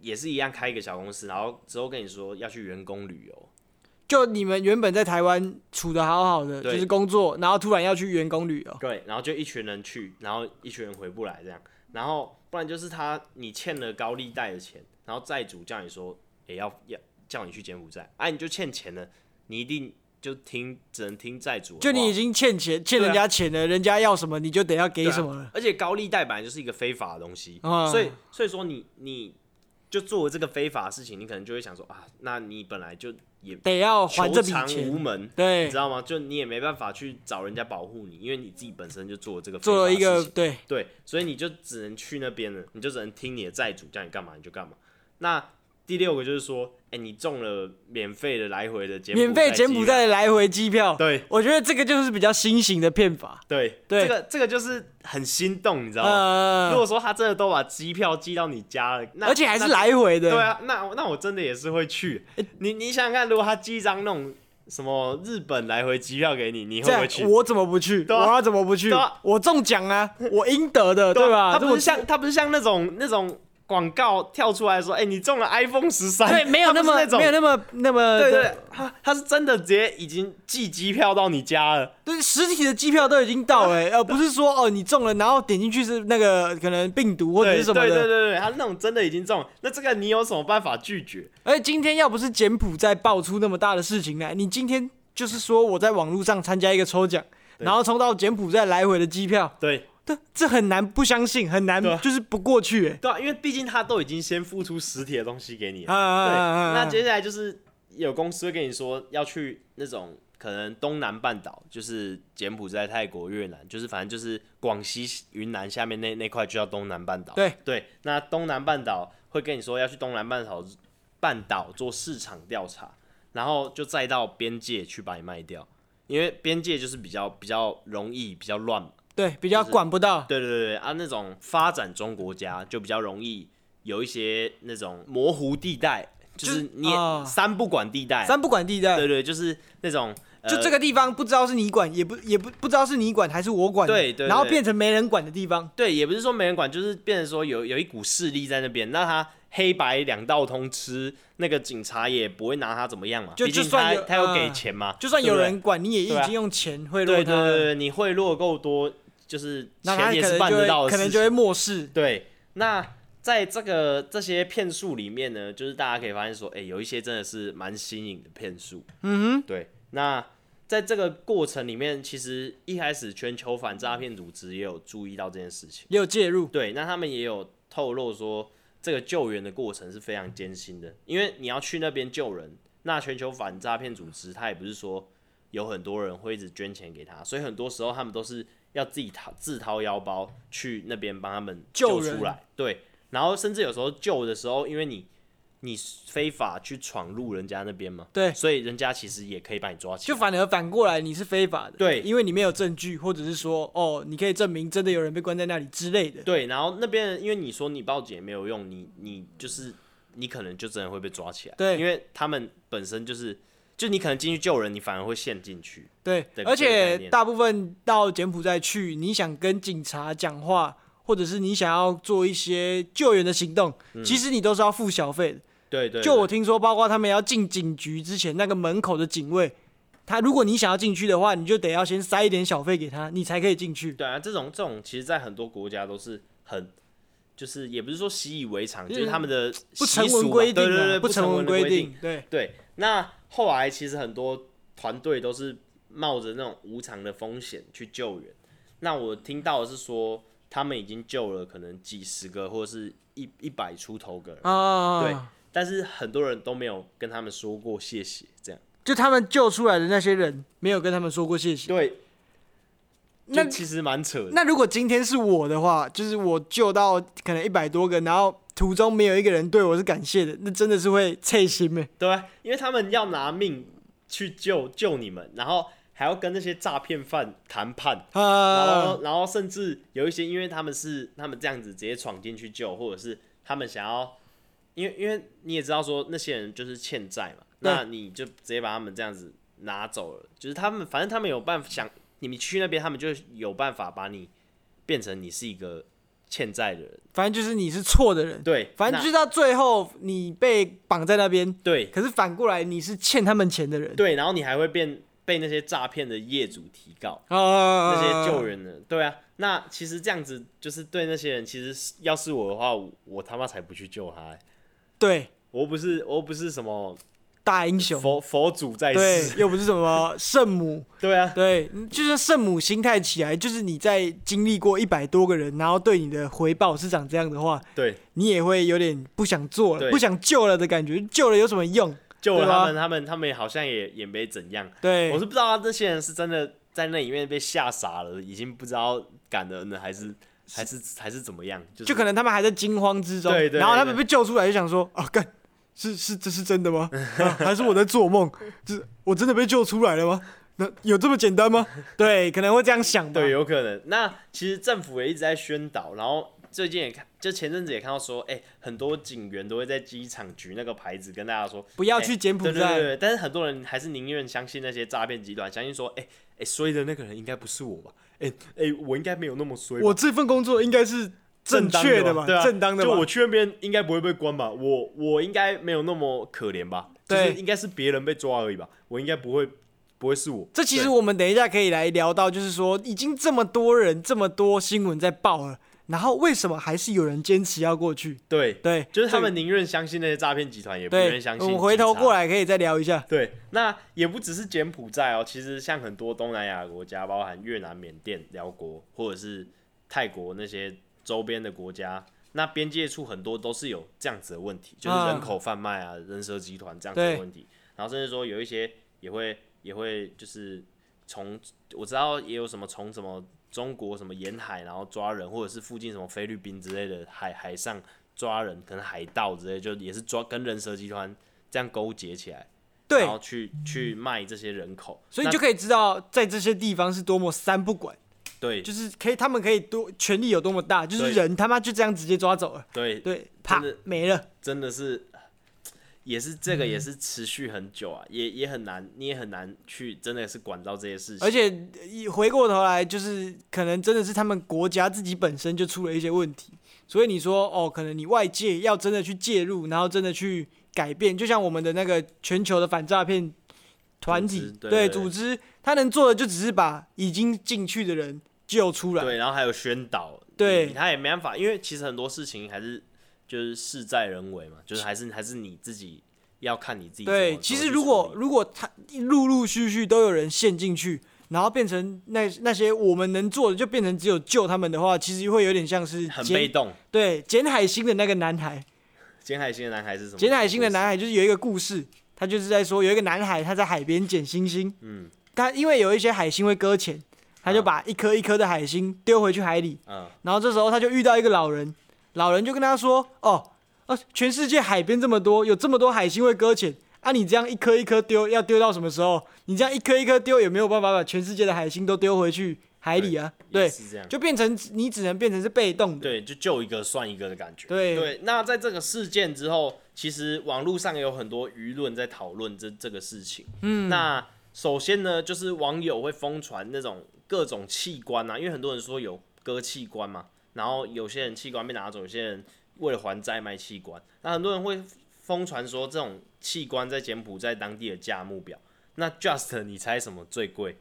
Speaker 2: 也是一样开一个小公司，然后之后跟你说要去员工旅游。
Speaker 1: 就你们原本在台湾处的好好的，就
Speaker 2: 对
Speaker 1: 是工作，然后突然要去员工旅游，
Speaker 2: 对，然后就一群人去，然后一群人回不来这样，然后不然就是他你欠了高利贷的钱，然后债主叫你说也、要要叫你去柬埔寨，啊你就欠钱了，你一定就听只能听债主的
Speaker 1: 就你
Speaker 2: 话
Speaker 1: 已经欠钱，欠
Speaker 2: 对啊
Speaker 1: 人家钱了，人家要什么你就得要给
Speaker 2: 对啊
Speaker 1: 什么了。
Speaker 2: 而且高利贷本来就是一个非法的东西，
Speaker 1: 啊
Speaker 2: 所以所以说你你就做了这个非法的事情，你可能就会想说啊，那你本来就也
Speaker 1: 得要还
Speaker 2: 啊求
Speaker 1: 这笔
Speaker 2: 偿无
Speaker 1: 钱，
Speaker 2: 门，你
Speaker 1: 对
Speaker 2: 知，道吗？就你也没办法去找人家保护你，因为你自己本身就做了这个非
Speaker 1: 做
Speaker 2: 法
Speaker 1: 了
Speaker 2: 的
Speaker 1: 一个
Speaker 2: 事情
Speaker 1: 对，
Speaker 2: 对，所以你就只能去那边了，你就只能听你的债主叫你干嘛你就干嘛。那第六个就是说，哎、你中了免费的来回的柬埔寨
Speaker 1: 免费柬埔寨
Speaker 2: 机
Speaker 1: 的来回机票
Speaker 2: 票，，对
Speaker 1: 我觉得这个就是比较新型的骗法。
Speaker 2: 对
Speaker 1: 对
Speaker 2: 这个这个就是很心动，你知道吗？哦如
Speaker 1: 呃，
Speaker 2: 果说他真的都把机票寄到你家了，那
Speaker 1: 而且还是
Speaker 2: 那
Speaker 1: 来回的，呃
Speaker 2: 对啊，那那我真的也是会去。你你想想看，如果他寄一张那种什么日本来回机票给你，你会
Speaker 1: 这
Speaker 2: 不
Speaker 1: 样
Speaker 2: 会去？
Speaker 1: 我怎么不去？
Speaker 2: 对啊
Speaker 1: 我要怎么不去
Speaker 2: 对啊？
Speaker 1: 我中奖啊，我应得的，对
Speaker 2: 啊
Speaker 1: 吧？
Speaker 2: 他
Speaker 1: 这
Speaker 2: 不
Speaker 1: 我
Speaker 2: 是像他不是像那种那种广告跳出来说，哎、你中了 iPhone 十三，
Speaker 1: 对，没有那么
Speaker 2: 那种
Speaker 1: 没有那么那么
Speaker 2: 对对，他他是真的直接已经寄机票到你家了，
Speaker 1: 对，实体的机票都已经到了、欸，而不是说哦你中了，然后点进去是那个可能病毒或者
Speaker 2: 对
Speaker 1: 是
Speaker 2: 对
Speaker 1: 什么
Speaker 2: 对对
Speaker 1: 的。
Speaker 2: 对，他那种真的已经中了，那这个你有什么办法拒绝？
Speaker 1: 而且哎今天要不是柬埔寨爆出那么大的事情来，你今天就是说我在网络上参加一个抽奖，
Speaker 2: 对
Speaker 1: 然后抽到柬埔寨来回的机票，
Speaker 2: 对
Speaker 1: 这这很难不相信，很难
Speaker 2: 对啊
Speaker 1: 就是不过去、欸，
Speaker 2: 对啊，因为毕竟他都已经先付出实体的东西给你了，
Speaker 1: 啊啊
Speaker 2: 对，
Speaker 1: 啊啊啊
Speaker 2: 那接下来就是有公司会跟你说要去那种可能东南半岛，就是柬埔寨、泰国、越南，就是反正就是广西、云南下面那那块就叫东南半岛。
Speaker 1: 对
Speaker 2: 对，那东南半岛会跟你说要去东南半岛半岛做市场调查，然后就再到边界去把你卖掉，因为边界就是比较比较容易、比较乱嘛。
Speaker 1: 对，比较
Speaker 2: 是
Speaker 1: 管不到。
Speaker 2: 对对对对啊，那种发展中国家就比较容易有一些那种模糊地带，就
Speaker 1: 就是
Speaker 2: 是你也
Speaker 1: 啊
Speaker 2: 三不管地带啊，
Speaker 1: 三不管地带，
Speaker 2: 对对，就是那种呃
Speaker 1: 就这个地方不知道是你管，也不也不不知道是你管还是我管的，
Speaker 2: 对对
Speaker 1: 然后
Speaker 2: 对
Speaker 1: 变成没人管的地方，
Speaker 2: 对，也不是说没人管，就是变成说有有一股势力在那边，那他黑白两道通吃，那个警察也不会拿他怎么样嘛，
Speaker 1: 就
Speaker 2: 毕竟
Speaker 1: 就算
Speaker 2: 他
Speaker 1: 有
Speaker 2: 他有给
Speaker 1: 嗯
Speaker 2: 钱嘛，
Speaker 1: 就算
Speaker 2: 对不
Speaker 1: 有
Speaker 2: 对
Speaker 1: 人管，你也
Speaker 2: 对
Speaker 1: 已
Speaker 2: 啊
Speaker 1: 经用钱贿
Speaker 2: 对
Speaker 1: 赂
Speaker 2: 对
Speaker 1: 他
Speaker 2: 对
Speaker 1: 了。
Speaker 2: 对，你贿赂够多，就是
Speaker 1: 那他
Speaker 2: 钱也
Speaker 1: 可
Speaker 2: 是
Speaker 1: 能
Speaker 2: 办
Speaker 1: 就
Speaker 2: 得到的
Speaker 1: 会可能
Speaker 2: 事
Speaker 1: 就
Speaker 2: 情。
Speaker 1: 会漠视，
Speaker 2: 对，那在这个这些骗术里面呢，就是大家可以发现说，哎、有一些真的是蛮新颖的骗术。嗯哼，对。那在这个过程里面，其实一开始全球反诈骗组织也有注意到这件事情。
Speaker 1: 也有介入。
Speaker 2: 对，那他们也有透露说，这个救援的过程是非常艰辛的，因为你要去那边救人。那全球反诈骗组织，他也不是说有很多人会一直捐钱给他，所以很多时候他们都是要自己掏自掏腰包去那边帮他们
Speaker 1: 救
Speaker 2: 救
Speaker 1: 人
Speaker 2: 出来。对，然后甚至有时候救的时候，因为你你非法去闯入人家那边嘛，
Speaker 1: 对
Speaker 2: 所以人家其实也可以把你抓起
Speaker 1: 就
Speaker 2: 来。
Speaker 1: 反而反过来，你是非法的，
Speaker 2: 对
Speaker 1: 因为你没有证据，或者是说，哦，你可以证明真的有人被关在那里之类的，
Speaker 2: 对，然后那边人因为你说你报警也没有用，你你就是你可能就真的会被抓起来。
Speaker 1: 对
Speaker 2: 因为他们本身就是，就你可能进去救人，你反而会陷进去。
Speaker 1: 对，
Speaker 2: 对
Speaker 1: 而
Speaker 2: 这个概
Speaker 1: 且
Speaker 2: 念
Speaker 1: 大部分到柬埔寨去，你想跟警察讲话，或者是你想要做一些救援的行动，
Speaker 2: 嗯
Speaker 1: 其实你都是要付小费的。
Speaker 2: 对对
Speaker 1: 就我
Speaker 2: 对
Speaker 1: 听说，包括他们要进警局之前，那个门口的警卫，他如果你想要进去的话，你就得要先塞一点小费给他，你才可以进去。
Speaker 2: 对啊，这种这种其实，在很多国家都是很，就是也不是说习以为常，就是他们的
Speaker 1: 不
Speaker 2: 习
Speaker 1: 成
Speaker 2: 俗
Speaker 1: 文
Speaker 2: 嘛
Speaker 1: 规定、啊，
Speaker 2: 对对对，
Speaker 1: 不成
Speaker 2: 文
Speaker 1: 文
Speaker 2: 的
Speaker 1: 规
Speaker 2: 定。
Speaker 1: 定，对，
Speaker 2: 对，那后来其实很多团队都是冒着那种无偿的风险去救援。那我听到的是说，他们已经救了可能几十个或者是一一百出头个人，
Speaker 1: 啊，
Speaker 2: 对，但是很多人都没有跟他们说过谢谢，这样。
Speaker 1: 就他们救出来的那些人，没有跟他们说过谢谢。
Speaker 2: 对，
Speaker 1: 那
Speaker 2: 那其实蛮扯的。
Speaker 1: 那如果今天是我的话，就是我救到可能一百多个，然后途中没有一个人对我是感谢的，那真的是会脆心诶。欸
Speaker 2: 对啊，因为他们要拿命去救救你们，然后还要跟那些诈骗犯谈判，然
Speaker 1: 呃
Speaker 2: 后，然后甚至有一些，因为他们是他们这样子直接闯进去救，或者是他们想要，因为因为你也知道说那些人就是欠债嘛，
Speaker 1: 对
Speaker 2: 那你就直接把他们这样子拿走了，就是他们反正他们有办法想，你们去那边他们就有办法把你变成你是一个欠债的人，
Speaker 1: 反正就是你是错的人，
Speaker 2: 对，
Speaker 1: 反正
Speaker 2: 那
Speaker 1: 就是到最后你被绑在那边，
Speaker 2: 对
Speaker 1: 可是反过来你是欠他们钱的人，
Speaker 2: 对，然后你还会变被那些诈骗的业主提告。
Speaker 1: 啊，
Speaker 2: 那些救援的，对啊，那其实这样子就是对那些人，其实是要是我的话，我我他妈才不去救他欸、
Speaker 1: 对
Speaker 2: 我又不是我又不是什么
Speaker 1: 大英雄，
Speaker 2: 佛佛祖在
Speaker 1: 对
Speaker 2: 世，，
Speaker 1: 又不是什么圣母，
Speaker 2: 对啊，
Speaker 1: 对，就是圣母心态起来，就是你在经历过一百多个人，然后对你的回报是长这样的话，
Speaker 2: 对，
Speaker 1: 你也会有点不想做了，
Speaker 2: 对
Speaker 1: 不想救了的感觉，救了有什么用？
Speaker 2: 救了
Speaker 1: 对啊
Speaker 2: 他们，他们他们好像也也没怎样，
Speaker 1: 对
Speaker 2: 我，是不知道这些人是真的在那里面被吓傻了，已经不知道感恩了，还是还是还是怎么样，就是
Speaker 1: 就可能他们还在惊慌之中，
Speaker 2: 对对
Speaker 1: 然后他
Speaker 2: 对
Speaker 1: 们被救出来就想说啊，干，是是这是真的 吗？啊还是我在做梦？这我真的被救出来了吗？那有这么简单吗？对，可能会这样想吧。
Speaker 2: 对，有可能。那其实政府也一直在宣导，然后最近也看，就前阵子也看到说，哎、很多警员都会在机场举那个牌子跟大家说，
Speaker 1: 不要
Speaker 2: 哎
Speaker 1: 去柬埔
Speaker 2: 对对对
Speaker 1: 寨。
Speaker 2: 对，但是很多人还是宁愿相信那些诈骗集团，相信说，哎、哎、衰的那个人应该不是我吧？哎、哎、我应该没有那么衰吧。
Speaker 1: 我这份工作应该是正
Speaker 2: 当
Speaker 1: 确
Speaker 2: 的
Speaker 1: 嘛，
Speaker 2: 对啊，
Speaker 1: 正当的
Speaker 2: 就
Speaker 1: 嘛。
Speaker 2: 我去那边应该不会被关吧？我我应该没有那么可怜吧？
Speaker 1: 对
Speaker 2: 就是应该是别人被抓而已吧？我应该不会不会是我。
Speaker 1: 这其实
Speaker 2: 对
Speaker 1: 我们等一下可以来聊到，就是说已经这么多人、这么多新闻在报了，然后为什么还是有人坚持要过去？
Speaker 2: 对，
Speaker 1: 对，
Speaker 2: 就是他
Speaker 1: 这个
Speaker 2: 们宁愿相信那些诈骗集团，也不愿
Speaker 1: 对
Speaker 2: 意相，信。
Speaker 1: 我们回头过。来可以再聊一 下。
Speaker 2: 对，那也不只是柬埔寨哦，其实像很多东南亚国家，包含越南、缅甸、辽国或者是泰国那些周边的国家，那边界处很多都是有这样子的问题，就是
Speaker 1: 啊
Speaker 2: 人口贩卖啊、人蛇集团这样子的
Speaker 1: 对
Speaker 2: 问题。然后甚至说有一些也会也会就是从我知道也有什么从什么中国什么沿海然后抓人，或者是附近什么菲律宾之类的海海上抓人，可能海盗之类，就也是抓跟人蛇集团这样勾结起来。
Speaker 1: 对
Speaker 2: 然，后去去卖这些人口，
Speaker 1: 所以
Speaker 2: 那
Speaker 1: 就可以知道在这些地方是多么三不管，
Speaker 2: 对
Speaker 1: 就是可以他们可以多权力有多么大，就是
Speaker 2: 对
Speaker 1: 人他妈就这样直接抓走了，
Speaker 2: 对，
Speaker 1: 对，啪
Speaker 2: 真的
Speaker 1: 没了。
Speaker 2: 真的是也是这
Speaker 1: 嗯
Speaker 2: 个也是持续很久啊，也也很难，你也很难去真的是管到这些事情，
Speaker 1: 而且一回过头来，就是可能真的是他们国家自己本身就出了一些问题，所以你说哦，可能你外界要真的去介入，然后真的去改变，就像我们的那个全球的反诈骗团
Speaker 2: 组
Speaker 1: 体
Speaker 2: 织对对对
Speaker 1: 组织，他能做的就只是把已经进去的人救出来，
Speaker 2: 对，然后还有宣导，
Speaker 1: 对
Speaker 2: 你他也没办法，因为其实很多事情还是就是事在人为嘛，就是还是还是你自己要看你自己怎么。
Speaker 1: 对，
Speaker 2: 怎么
Speaker 1: 其实
Speaker 2: 去
Speaker 1: 如
Speaker 2: 处
Speaker 1: 果
Speaker 2: 理
Speaker 1: 如果他陆陆续续都有人陷进去，然后变成那那些我们能做的就变成只有救他们的话，其实会有点像是
Speaker 2: 很被
Speaker 1: 捡
Speaker 2: 动，
Speaker 1: 对捡海星的那个男孩，
Speaker 2: 捡海星的男孩是什么？
Speaker 1: 捡海星的男，孩就是有一个故事，他就是在说有一个男孩他在海边捡星星，
Speaker 2: 嗯
Speaker 1: 他因为有一些海星会搁浅，他就
Speaker 2: 嗯
Speaker 1: 把一颗一颗的海星丢回去海里，
Speaker 2: 嗯，
Speaker 1: 然后这时候他就遇到一个老人，老人就跟他说：“哦，呃，全世界海边这么多，有这么多海星会搁浅，啊，你这样一颗一颗丢，要丢到什么时候？你这样一颗一颗丢，也没有办法把全世界的海星都丢回去海里啊。”
Speaker 2: 也
Speaker 1: 对，
Speaker 2: 是这样。
Speaker 1: 就变成你只能变成是被动的。
Speaker 2: 对，就救一个算一个的感觉。
Speaker 1: 对
Speaker 2: 对，那在这个事件之后，其实网络上有很多舆论在讨论这这个事情。嗯，那首先呢，就是网友会疯传那种各种器官啊，因为很多人说有割器官嘛，然后有些人器官被拿走，有些人为了还债卖器官，那很多人会疯传说这种器官在柬埔寨当地的价目表。那 Just，你猜什么最贵？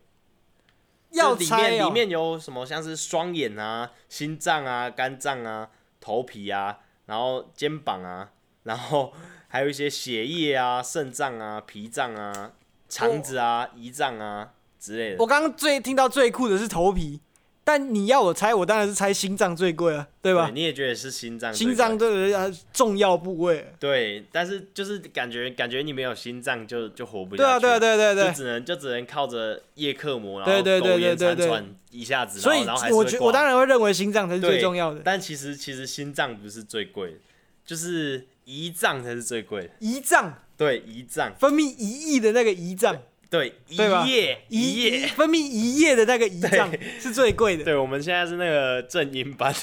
Speaker 2: 就
Speaker 1: 要
Speaker 2: 是里
Speaker 1: 猜
Speaker 2: 面
Speaker 1: 哦
Speaker 2: 里，面有什么像是双眼啊、心脏啊、肝脏啊、头皮啊，然后肩膀啊，然后 还有一些血液啊、肾脏啊、脾脏啊、肠子啊、胰脏啊之类的
Speaker 1: 我。刚刚最听到最酷的是头皮，但你要我猜，我当然是猜心脏最贵啊，对吧？
Speaker 2: 你也觉得是心脏最贵？
Speaker 1: 心脏这个呃重要部位。
Speaker 2: 对，但是就是感觉感觉你没有心脏就就活不下去
Speaker 1: 对啊，对啊，
Speaker 2: 啊，
Speaker 1: 对对对
Speaker 2: 就。只能就只能靠着叶克膜，然后
Speaker 1: 对对对
Speaker 2: 苟延残
Speaker 1: 对对对
Speaker 2: 喘一下子，
Speaker 1: 所以
Speaker 2: 然后然后还是
Speaker 1: 我
Speaker 2: 会
Speaker 1: 觉
Speaker 2: 挂
Speaker 1: 我当然会认为心脏才是最
Speaker 2: 对
Speaker 1: 重要的。
Speaker 2: 但其实其实心脏不是最贵的，就是胰脏才是最贵的。
Speaker 1: 胰脏
Speaker 2: 对，胰脏，
Speaker 1: 分泌胰液的那个胰脏，
Speaker 2: 对，
Speaker 1: 对吧
Speaker 2: 一夜一
Speaker 1: 一
Speaker 2: 夜。
Speaker 1: 分泌一夜的那个胰脏是最贵的。
Speaker 2: 对，我们现在是那个正音 班，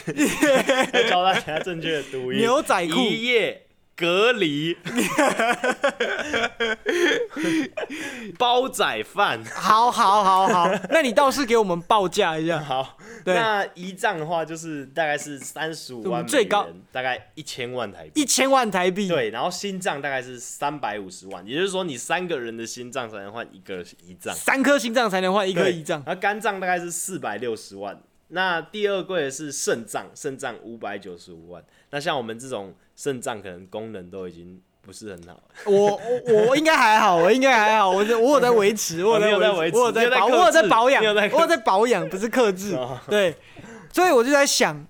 Speaker 2: 要教大家正确的读音。
Speaker 1: 牛仔裤
Speaker 2: 一夜隔离，煲仔饭。
Speaker 1: 好好好好，那你倒是给我们报价一下。
Speaker 2: 好，
Speaker 1: 对
Speaker 2: 那一仗的话就是大概是三十五
Speaker 1: 我
Speaker 2: 万
Speaker 1: 们
Speaker 2: 美
Speaker 1: 最高
Speaker 2: 元大概一千万台币。
Speaker 1: 一千万台币，
Speaker 2: 对，然后心脏大概是三百五十万，也就是说你三个人的心脏才能换一个胰脏。
Speaker 1: 三颗心脏才能换 一颗
Speaker 2: 对
Speaker 1: 胰脏，
Speaker 2: 而肝脏大概是四百六十万。那第二贵的是肾脏，肾脏五百九十五万。那像我们这种肾脏，可能功能都已经不是很好了，
Speaker 1: 我我我应该还好，我应该还好，我 是我有在维持，我
Speaker 2: 哦你有在
Speaker 1: 在
Speaker 2: 维
Speaker 1: 维
Speaker 2: 持
Speaker 1: 持，我有在保，
Speaker 2: 你有在克制
Speaker 1: 我有在保养，
Speaker 2: 你有在克制
Speaker 1: 我有在保养，不是克制
Speaker 2: 哦。
Speaker 1: 对，所以我就在想，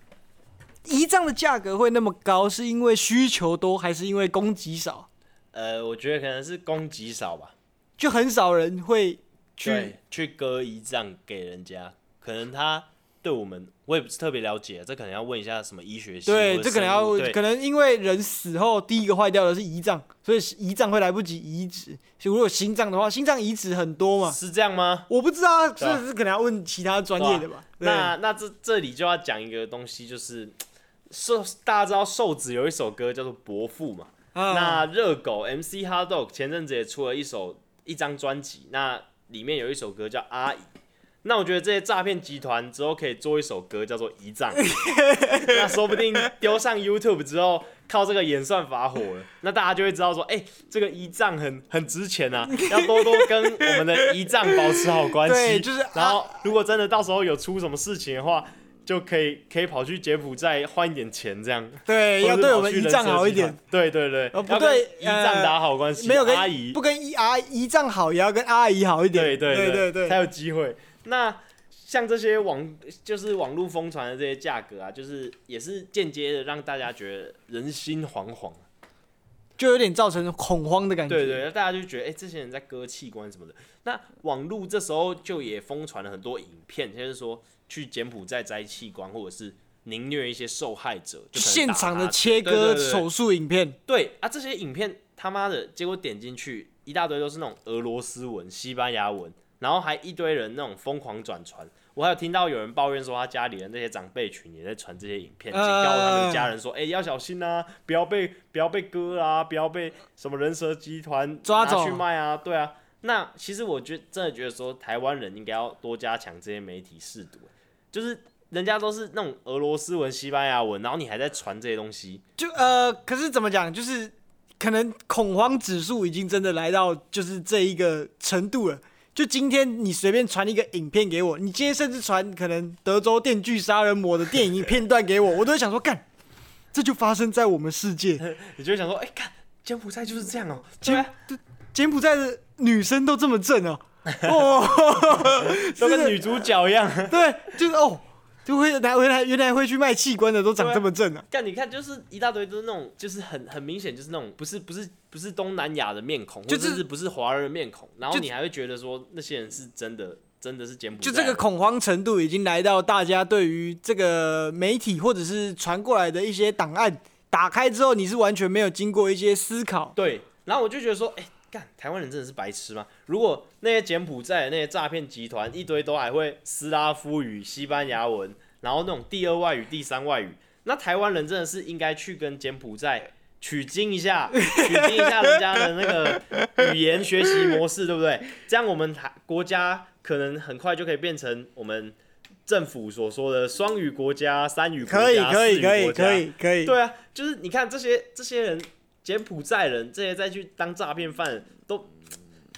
Speaker 1: 胰脏的价格会那么高，是因为需求多，还是因为供给少？
Speaker 2: 呃，我觉得可能是供给少吧，
Speaker 1: 就很少人会去
Speaker 2: 对，去割胰脏给人家，可能他对我们我也不是特别了解，这可能要问一下什么医学系
Speaker 1: 对，
Speaker 2: 或者
Speaker 1: 这可能
Speaker 2: 生物
Speaker 1: 要
Speaker 2: 对
Speaker 1: 可能因为人死后第一个坏掉的是胰脏，所以胰脏会来不及移植。如果有心脏的话，心脏移植很多嘛，
Speaker 2: 是这样吗？
Speaker 1: 我不知道啊，
Speaker 2: 对啊
Speaker 1: 这是可能要问其他专业的吧。对
Speaker 2: 那那这这里就要讲一个东西，就是瘦大家知道瘦子有一首歌叫做《伯父》嘛，
Speaker 1: 啊
Speaker 2: 那热狗 MC Hot Dog 前阵子也出了一首一张专辑，那里面有一首歌叫《阿姨》。那我觉得这些诈骗集团之后可以做一首歌叫做《遗葬》， 那说不定丢上 YouTube 之后，靠这个演算法火了，那大家就会知道说，哎、这个遗葬很很值钱 啊，要多多跟我们的遗葬保持好关系。
Speaker 1: 对就是啊
Speaker 2: 然后如果真的到时候有出什么事情的话，就可以可以跑去柬埔寨换一点钱这样。
Speaker 1: 对， 要对我们
Speaker 2: 或者是
Speaker 1: 胰
Speaker 2: 跑去
Speaker 1: 脏
Speaker 2: 人
Speaker 1: 好一
Speaker 2: 设计
Speaker 1: 点
Speaker 2: 团。。 对对对，
Speaker 1: 哦不
Speaker 2: 要跟
Speaker 1: 对
Speaker 2: 胰脏打好关系，
Speaker 1: 没有跟
Speaker 2: 阿姨，
Speaker 1: 不跟一阿姨丈好，也要跟阿姨好一点。
Speaker 2: 对
Speaker 1: 对
Speaker 2: 对
Speaker 1: 对
Speaker 2: 才有机会。那像这些网就是网络疯传的这些价格啊，就是也是间接的让大家觉得人心惶惶。
Speaker 1: 就有点造成恐慌的感觉。
Speaker 2: 对对，大家就觉得哎、诶这些人在割器官什么的。那网络这时候就也疯传了很多影片，就是说去柬埔寨摘器官，或者是凌虐一些受害者，就
Speaker 1: 就
Speaker 2: 可能
Speaker 1: 现
Speaker 2: 打
Speaker 1: 场的
Speaker 2: 他
Speaker 1: 切
Speaker 2: 对对对
Speaker 1: 割
Speaker 2: 对
Speaker 1: 手术影片，
Speaker 2: 对啊，这些影片他妈的，结果点进去一大堆都是那种俄罗斯文、西班牙文，然后还一堆人那种疯狂转传。我还有听到有人抱怨说，他家里的那些长辈群也在传这些影片，警告他们的家人说：“哎、要小心啊，不要被不要被割啊，不要被什么人蛇集团
Speaker 1: 抓
Speaker 2: 拿
Speaker 1: 走
Speaker 2: 去卖啊。”对啊，那其实我觉得真的觉得说，台湾人应该要多加强这些媒体试读，就是人家都是那种俄罗斯文、西班牙文，然后你还在传这些东西，
Speaker 1: 就呃，可是怎么讲，就是可能恐慌指数已经真的来到就是这一个程度了。就今天你随便传一个影片给我，你今天甚至传可能德州电锯杀人魔的电影片段给我，我都会想说干。这就发生在我们世界，
Speaker 2: 你就会想说，哎、看柬埔寨就是这样哦、对
Speaker 1: 柬
Speaker 2: 啊，
Speaker 1: 柬埔寨的女生都这么正哦、 哦，
Speaker 2: 都
Speaker 1: 是
Speaker 2: 跟
Speaker 1: 的
Speaker 2: 女主角一样。
Speaker 1: 对，就是哦，就会来原来原来会去卖器官的都长这么正啊，
Speaker 2: 但你看，就是一大堆都是那种，就是很很明显，就是那种不是不是不是东南亚的面孔，
Speaker 1: 就
Speaker 2: 或者
Speaker 1: 是
Speaker 2: 是不是华人的面孔，然后
Speaker 1: 就
Speaker 2: 你还会觉得说那些人是真的真的是柬埔寨
Speaker 1: 就
Speaker 2: 人，
Speaker 1: 这个恐慌程度已经来到大家对于这个媒体或者是传过来的一些档案打开之后，你是完全没有经过一些思考。
Speaker 2: 对，然后我就觉得说，哎、干台湾人真的是白痴吗？如果那些柬埔寨的那些诈骗集团一堆都还会斯拉夫语、西班牙文，然后那种第二外语、第三外语，那台湾人真的是应该去跟柬埔寨取经一下，取经一下人家的那个语言学习模式，对不对？这样我们台国家可能很快就可以变成我们政府所说的双语国家、三语国
Speaker 1: 可以，
Speaker 2: 家、
Speaker 1: 可
Speaker 2: 四
Speaker 1: 以，
Speaker 2: 语
Speaker 1: 可
Speaker 2: 国家
Speaker 1: 以，可以，可以。
Speaker 2: 对啊，就是你看这些这些人，柬埔寨人这些再去当诈骗犯，都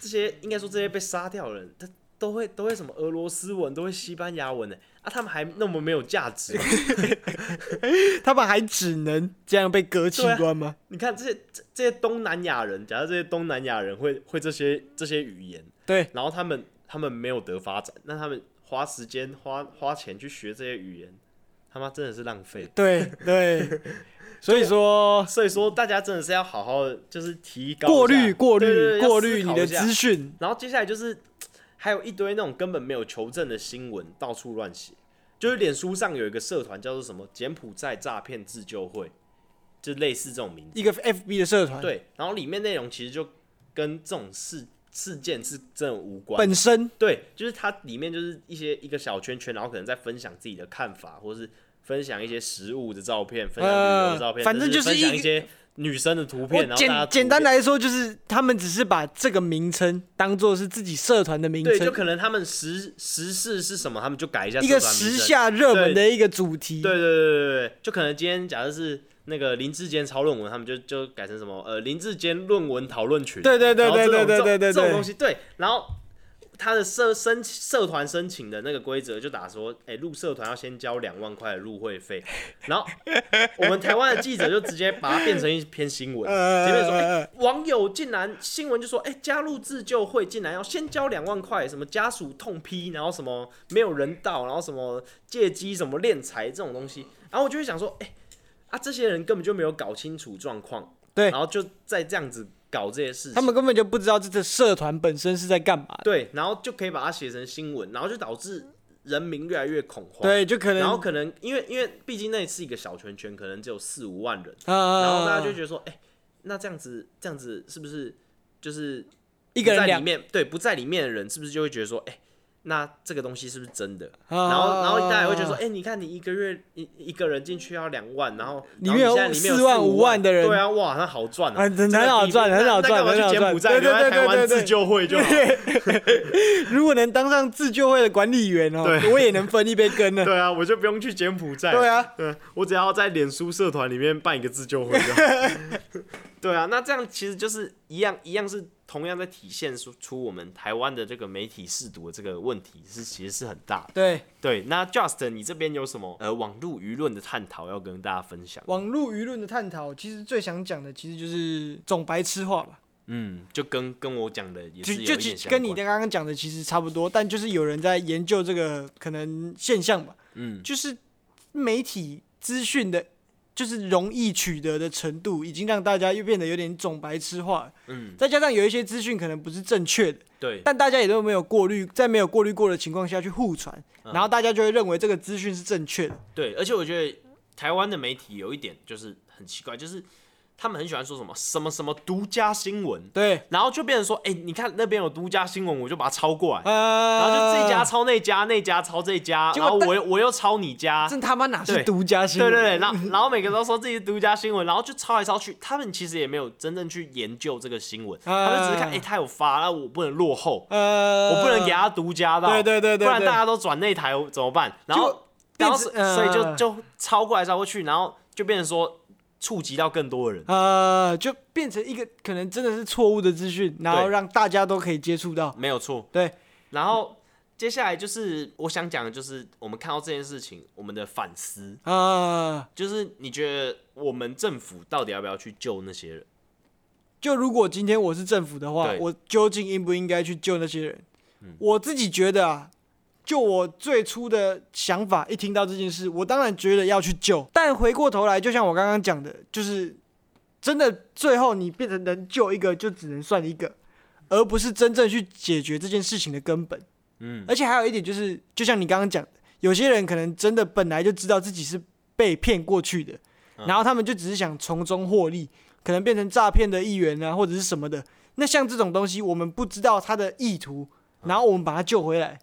Speaker 2: 这些应该说这些被杀掉的人，他都会都会什么俄罗斯文，都会西班牙文的啊，他们还那么没有价值吗。
Speaker 1: 他们还只能这样被割器官吗？
Speaker 2: 你看这些这这些东南亚人，假如这些东南亚人会会这些这些语言，
Speaker 1: 对，
Speaker 2: 然后他们他们没有得发展，那他们花时间花花钱去学这些语言，他妈真的是浪费。
Speaker 1: 对，对。 所以说，
Speaker 2: 所以说，大家真的是要好好地就是提高一下
Speaker 1: 啊过滤，过
Speaker 2: 对对对
Speaker 1: 滤，
Speaker 2: 要
Speaker 1: 过
Speaker 2: 思
Speaker 1: 滤你
Speaker 2: 考
Speaker 1: 的
Speaker 2: 一下
Speaker 1: 资讯。
Speaker 2: 然后接下来就是还有一堆那种根本没有求证的新闻到处乱写，就是脸书上有一个社团叫做什么柬埔寨诈骗自救会，就类似这种名字。
Speaker 1: 一个 FB 的社团，
Speaker 2: 对，然后里面内容其实就跟这种事事件是真的无关的，
Speaker 1: 本身
Speaker 2: 对，就是它里面就是一些一个小圈圈，然后可能在分享自己的看法，或是分享一些食物的照片，分享旅游的照片，
Speaker 1: 呃反正
Speaker 2: 就
Speaker 1: 就是
Speaker 2: 分享
Speaker 1: 一
Speaker 2: 一些女生的图
Speaker 1: 我
Speaker 2: 片，然后大家
Speaker 1: 简
Speaker 2: 图
Speaker 1: 简单
Speaker 2: 片。
Speaker 1: 来说，就是他们只是把这个名称当做是自己社团的名
Speaker 2: 对，就
Speaker 1: 称，
Speaker 2: 可能他们时时事是什么，他们就改一下
Speaker 1: 一个
Speaker 2: 社团名
Speaker 1: 时
Speaker 2: 称。
Speaker 1: 下热门的一个主题。
Speaker 2: 对对对对对对，就可能今天假设是那个林志坚抄论文，他们就就改成什么呃林志坚论文讨论群。
Speaker 1: 对对对
Speaker 2: 然后
Speaker 1: 对
Speaker 2: 这
Speaker 1: 对
Speaker 2: 种
Speaker 1: 对
Speaker 2: 这
Speaker 1: 对
Speaker 2: 种这
Speaker 1: 对
Speaker 2: 种
Speaker 1: 对
Speaker 2: 东。西对，然后他的社申社团申请的那个规则就打说，哎、入社团要先交两万块的入会费，然后我们台湾的记者就直接把它变成一篇新闻，
Speaker 1: 呃
Speaker 2: 前面说，哎、
Speaker 1: 呃
Speaker 2: 网友竟然新闻就说，哎、加入自救会竟然要先交两万块，什么家属痛批，然后什么没有人道，然后什么借机什么敛财这种东西，然后我就会想说，哎、啊，这些人根本就没有搞清楚状况，
Speaker 1: 对
Speaker 2: 然后就再这样子搞这些事情，
Speaker 1: 他们根本就不知道这个社团本身是在干嘛的。
Speaker 2: 对，然后就可以把它写成新闻，然后就导致人民越来越恐慌。，
Speaker 1: 对，就可能
Speaker 2: 然后可能因为因为毕竟那是一个小圈圈，可能只有四五万人，
Speaker 1: 呃，
Speaker 2: 然后大家就觉得说，哎、那这样子这样子是不是就是
Speaker 1: 一
Speaker 2: 不
Speaker 1: 个人
Speaker 2: 在
Speaker 1: 两
Speaker 2: 里面对不在里面的人是不是就会觉得说，哎、那这个东西是不是真的？
Speaker 1: 啊
Speaker 2: 然后，然后大家也会觉得说，哎、你看你一个月一一个人进去要两万，然后
Speaker 1: 里面有
Speaker 2: 然后你现在里面有
Speaker 1: 4万
Speaker 2: 五
Speaker 1: 5万的人
Speaker 2: 对啊，哇，那好赚
Speaker 1: 啊真的很好赚
Speaker 2: 这个比那那
Speaker 1: 很好
Speaker 2: 干嘛
Speaker 1: 赚很
Speaker 2: 去
Speaker 1: 好
Speaker 2: 柬
Speaker 1: 赚
Speaker 2: 埔寨，
Speaker 1: 对对
Speaker 2: 留在
Speaker 1: 对
Speaker 2: 台
Speaker 1: 对
Speaker 2: 湾
Speaker 1: 对
Speaker 2: 自救会就好了。
Speaker 1: 如果能当上自救会的管理员哦，
Speaker 2: 对
Speaker 1: 我也能分一杯羹 呢。
Speaker 2: 对啊，我就不用去柬埔寨。
Speaker 1: 对啊，
Speaker 2: 嗯，我只要在脸书社团里面办一个自救会就好。 对啊，那这样其实就是一样，一样是同样在体现出出我们台湾的这个媒体试读的这个问题是其实是很大的。
Speaker 1: 对，
Speaker 2: 对，那 Just 你这边有什么呃网络舆论的探讨要跟大家分享？
Speaker 1: 网络舆论的探讨，其实最想讲的其实就是总白痴话吧，
Speaker 2: 嗯，就跟跟我讲的也
Speaker 1: 就是
Speaker 2: 有
Speaker 1: 就
Speaker 2: 一点
Speaker 1: 其
Speaker 2: 相
Speaker 1: 跟你
Speaker 2: 关
Speaker 1: 刚刚讲的其实差不多，但就是有人在研究这个可能现象吧，
Speaker 2: 嗯
Speaker 1: 就是媒体资讯的，就是容易取得的程度，已经让大家又变得有点总白痴化了，
Speaker 2: 嗯，
Speaker 1: 再加上有一些资讯可能不是正确的，
Speaker 2: 对，
Speaker 1: 但大家也都没有过滤，在没有过滤过的情况下去互传，
Speaker 2: 嗯
Speaker 1: 然后大家就会认为这个资讯是正确的。
Speaker 2: 对，而且我觉得台湾的媒体有一点就是很奇怪，就是他们很喜欢说什么什么什么独家新闻，
Speaker 1: 对，
Speaker 2: 然后就变成说，哎、你看那边有独家新闻，我就把它抄过来，
Speaker 1: 呃，
Speaker 2: 然后就这家抄那家，那家抄这家，
Speaker 1: 结
Speaker 2: 然
Speaker 1: 果
Speaker 2: 后
Speaker 1: 但
Speaker 2: 我又我又抄你家，
Speaker 1: 这他妈哪是
Speaker 2: 对
Speaker 1: 独家新
Speaker 2: 对对
Speaker 1: 闻？
Speaker 2: 对，然后然后每个都说自己是独家新闻，然后就抄来抄去，他们其实也没有真正去研究这个新闻，
Speaker 1: 啊
Speaker 2: 他们只是看，哎、他有发，那我不能落后，
Speaker 1: 呃，
Speaker 2: 我不能给他独家到，
Speaker 1: 对对对对
Speaker 2: 不然
Speaker 1: 对
Speaker 2: 大家都转那台怎么办？然
Speaker 1: 结
Speaker 2: 后
Speaker 1: 果
Speaker 2: 然后
Speaker 1: 变
Speaker 2: 所
Speaker 1: 成呃
Speaker 2: 所以就就抄过来抄过去，然后就变成说触及到更多的人，
Speaker 1: 呃，就变成一个可能真的是错误的资讯，然后
Speaker 2: 对
Speaker 1: 让大家都可以接触到。
Speaker 2: 没有错，
Speaker 1: 对，
Speaker 2: 然后接下来就是我想讲的就是我们看到这件事情，我们的反思，
Speaker 1: 呃，
Speaker 2: 就是你觉得我们政府到底要不要去救那些人？
Speaker 1: 就如果今天我是政府的话，
Speaker 2: 对嗯
Speaker 1: 我究竟应不应该去救那些人？我自己觉得啊，就我最初的想法，一听到这件事，我当然觉得要去救。但回过头来，就像我刚刚讲的，就是真的最后你变成能救一个，就只能算一个，而不是真正去解决这件事情的根本。
Speaker 2: 嗯，
Speaker 1: 而且还有一点就是，就像你刚刚讲的，有些人可能真的本来就知道自己是被骗过去的，
Speaker 2: 嗯
Speaker 1: 然后他们就只是想从中获利，可能变成诈骗的一员啊，或者是什么的。那像这种东西，我们不知道他的意图，然后我们把他救回来，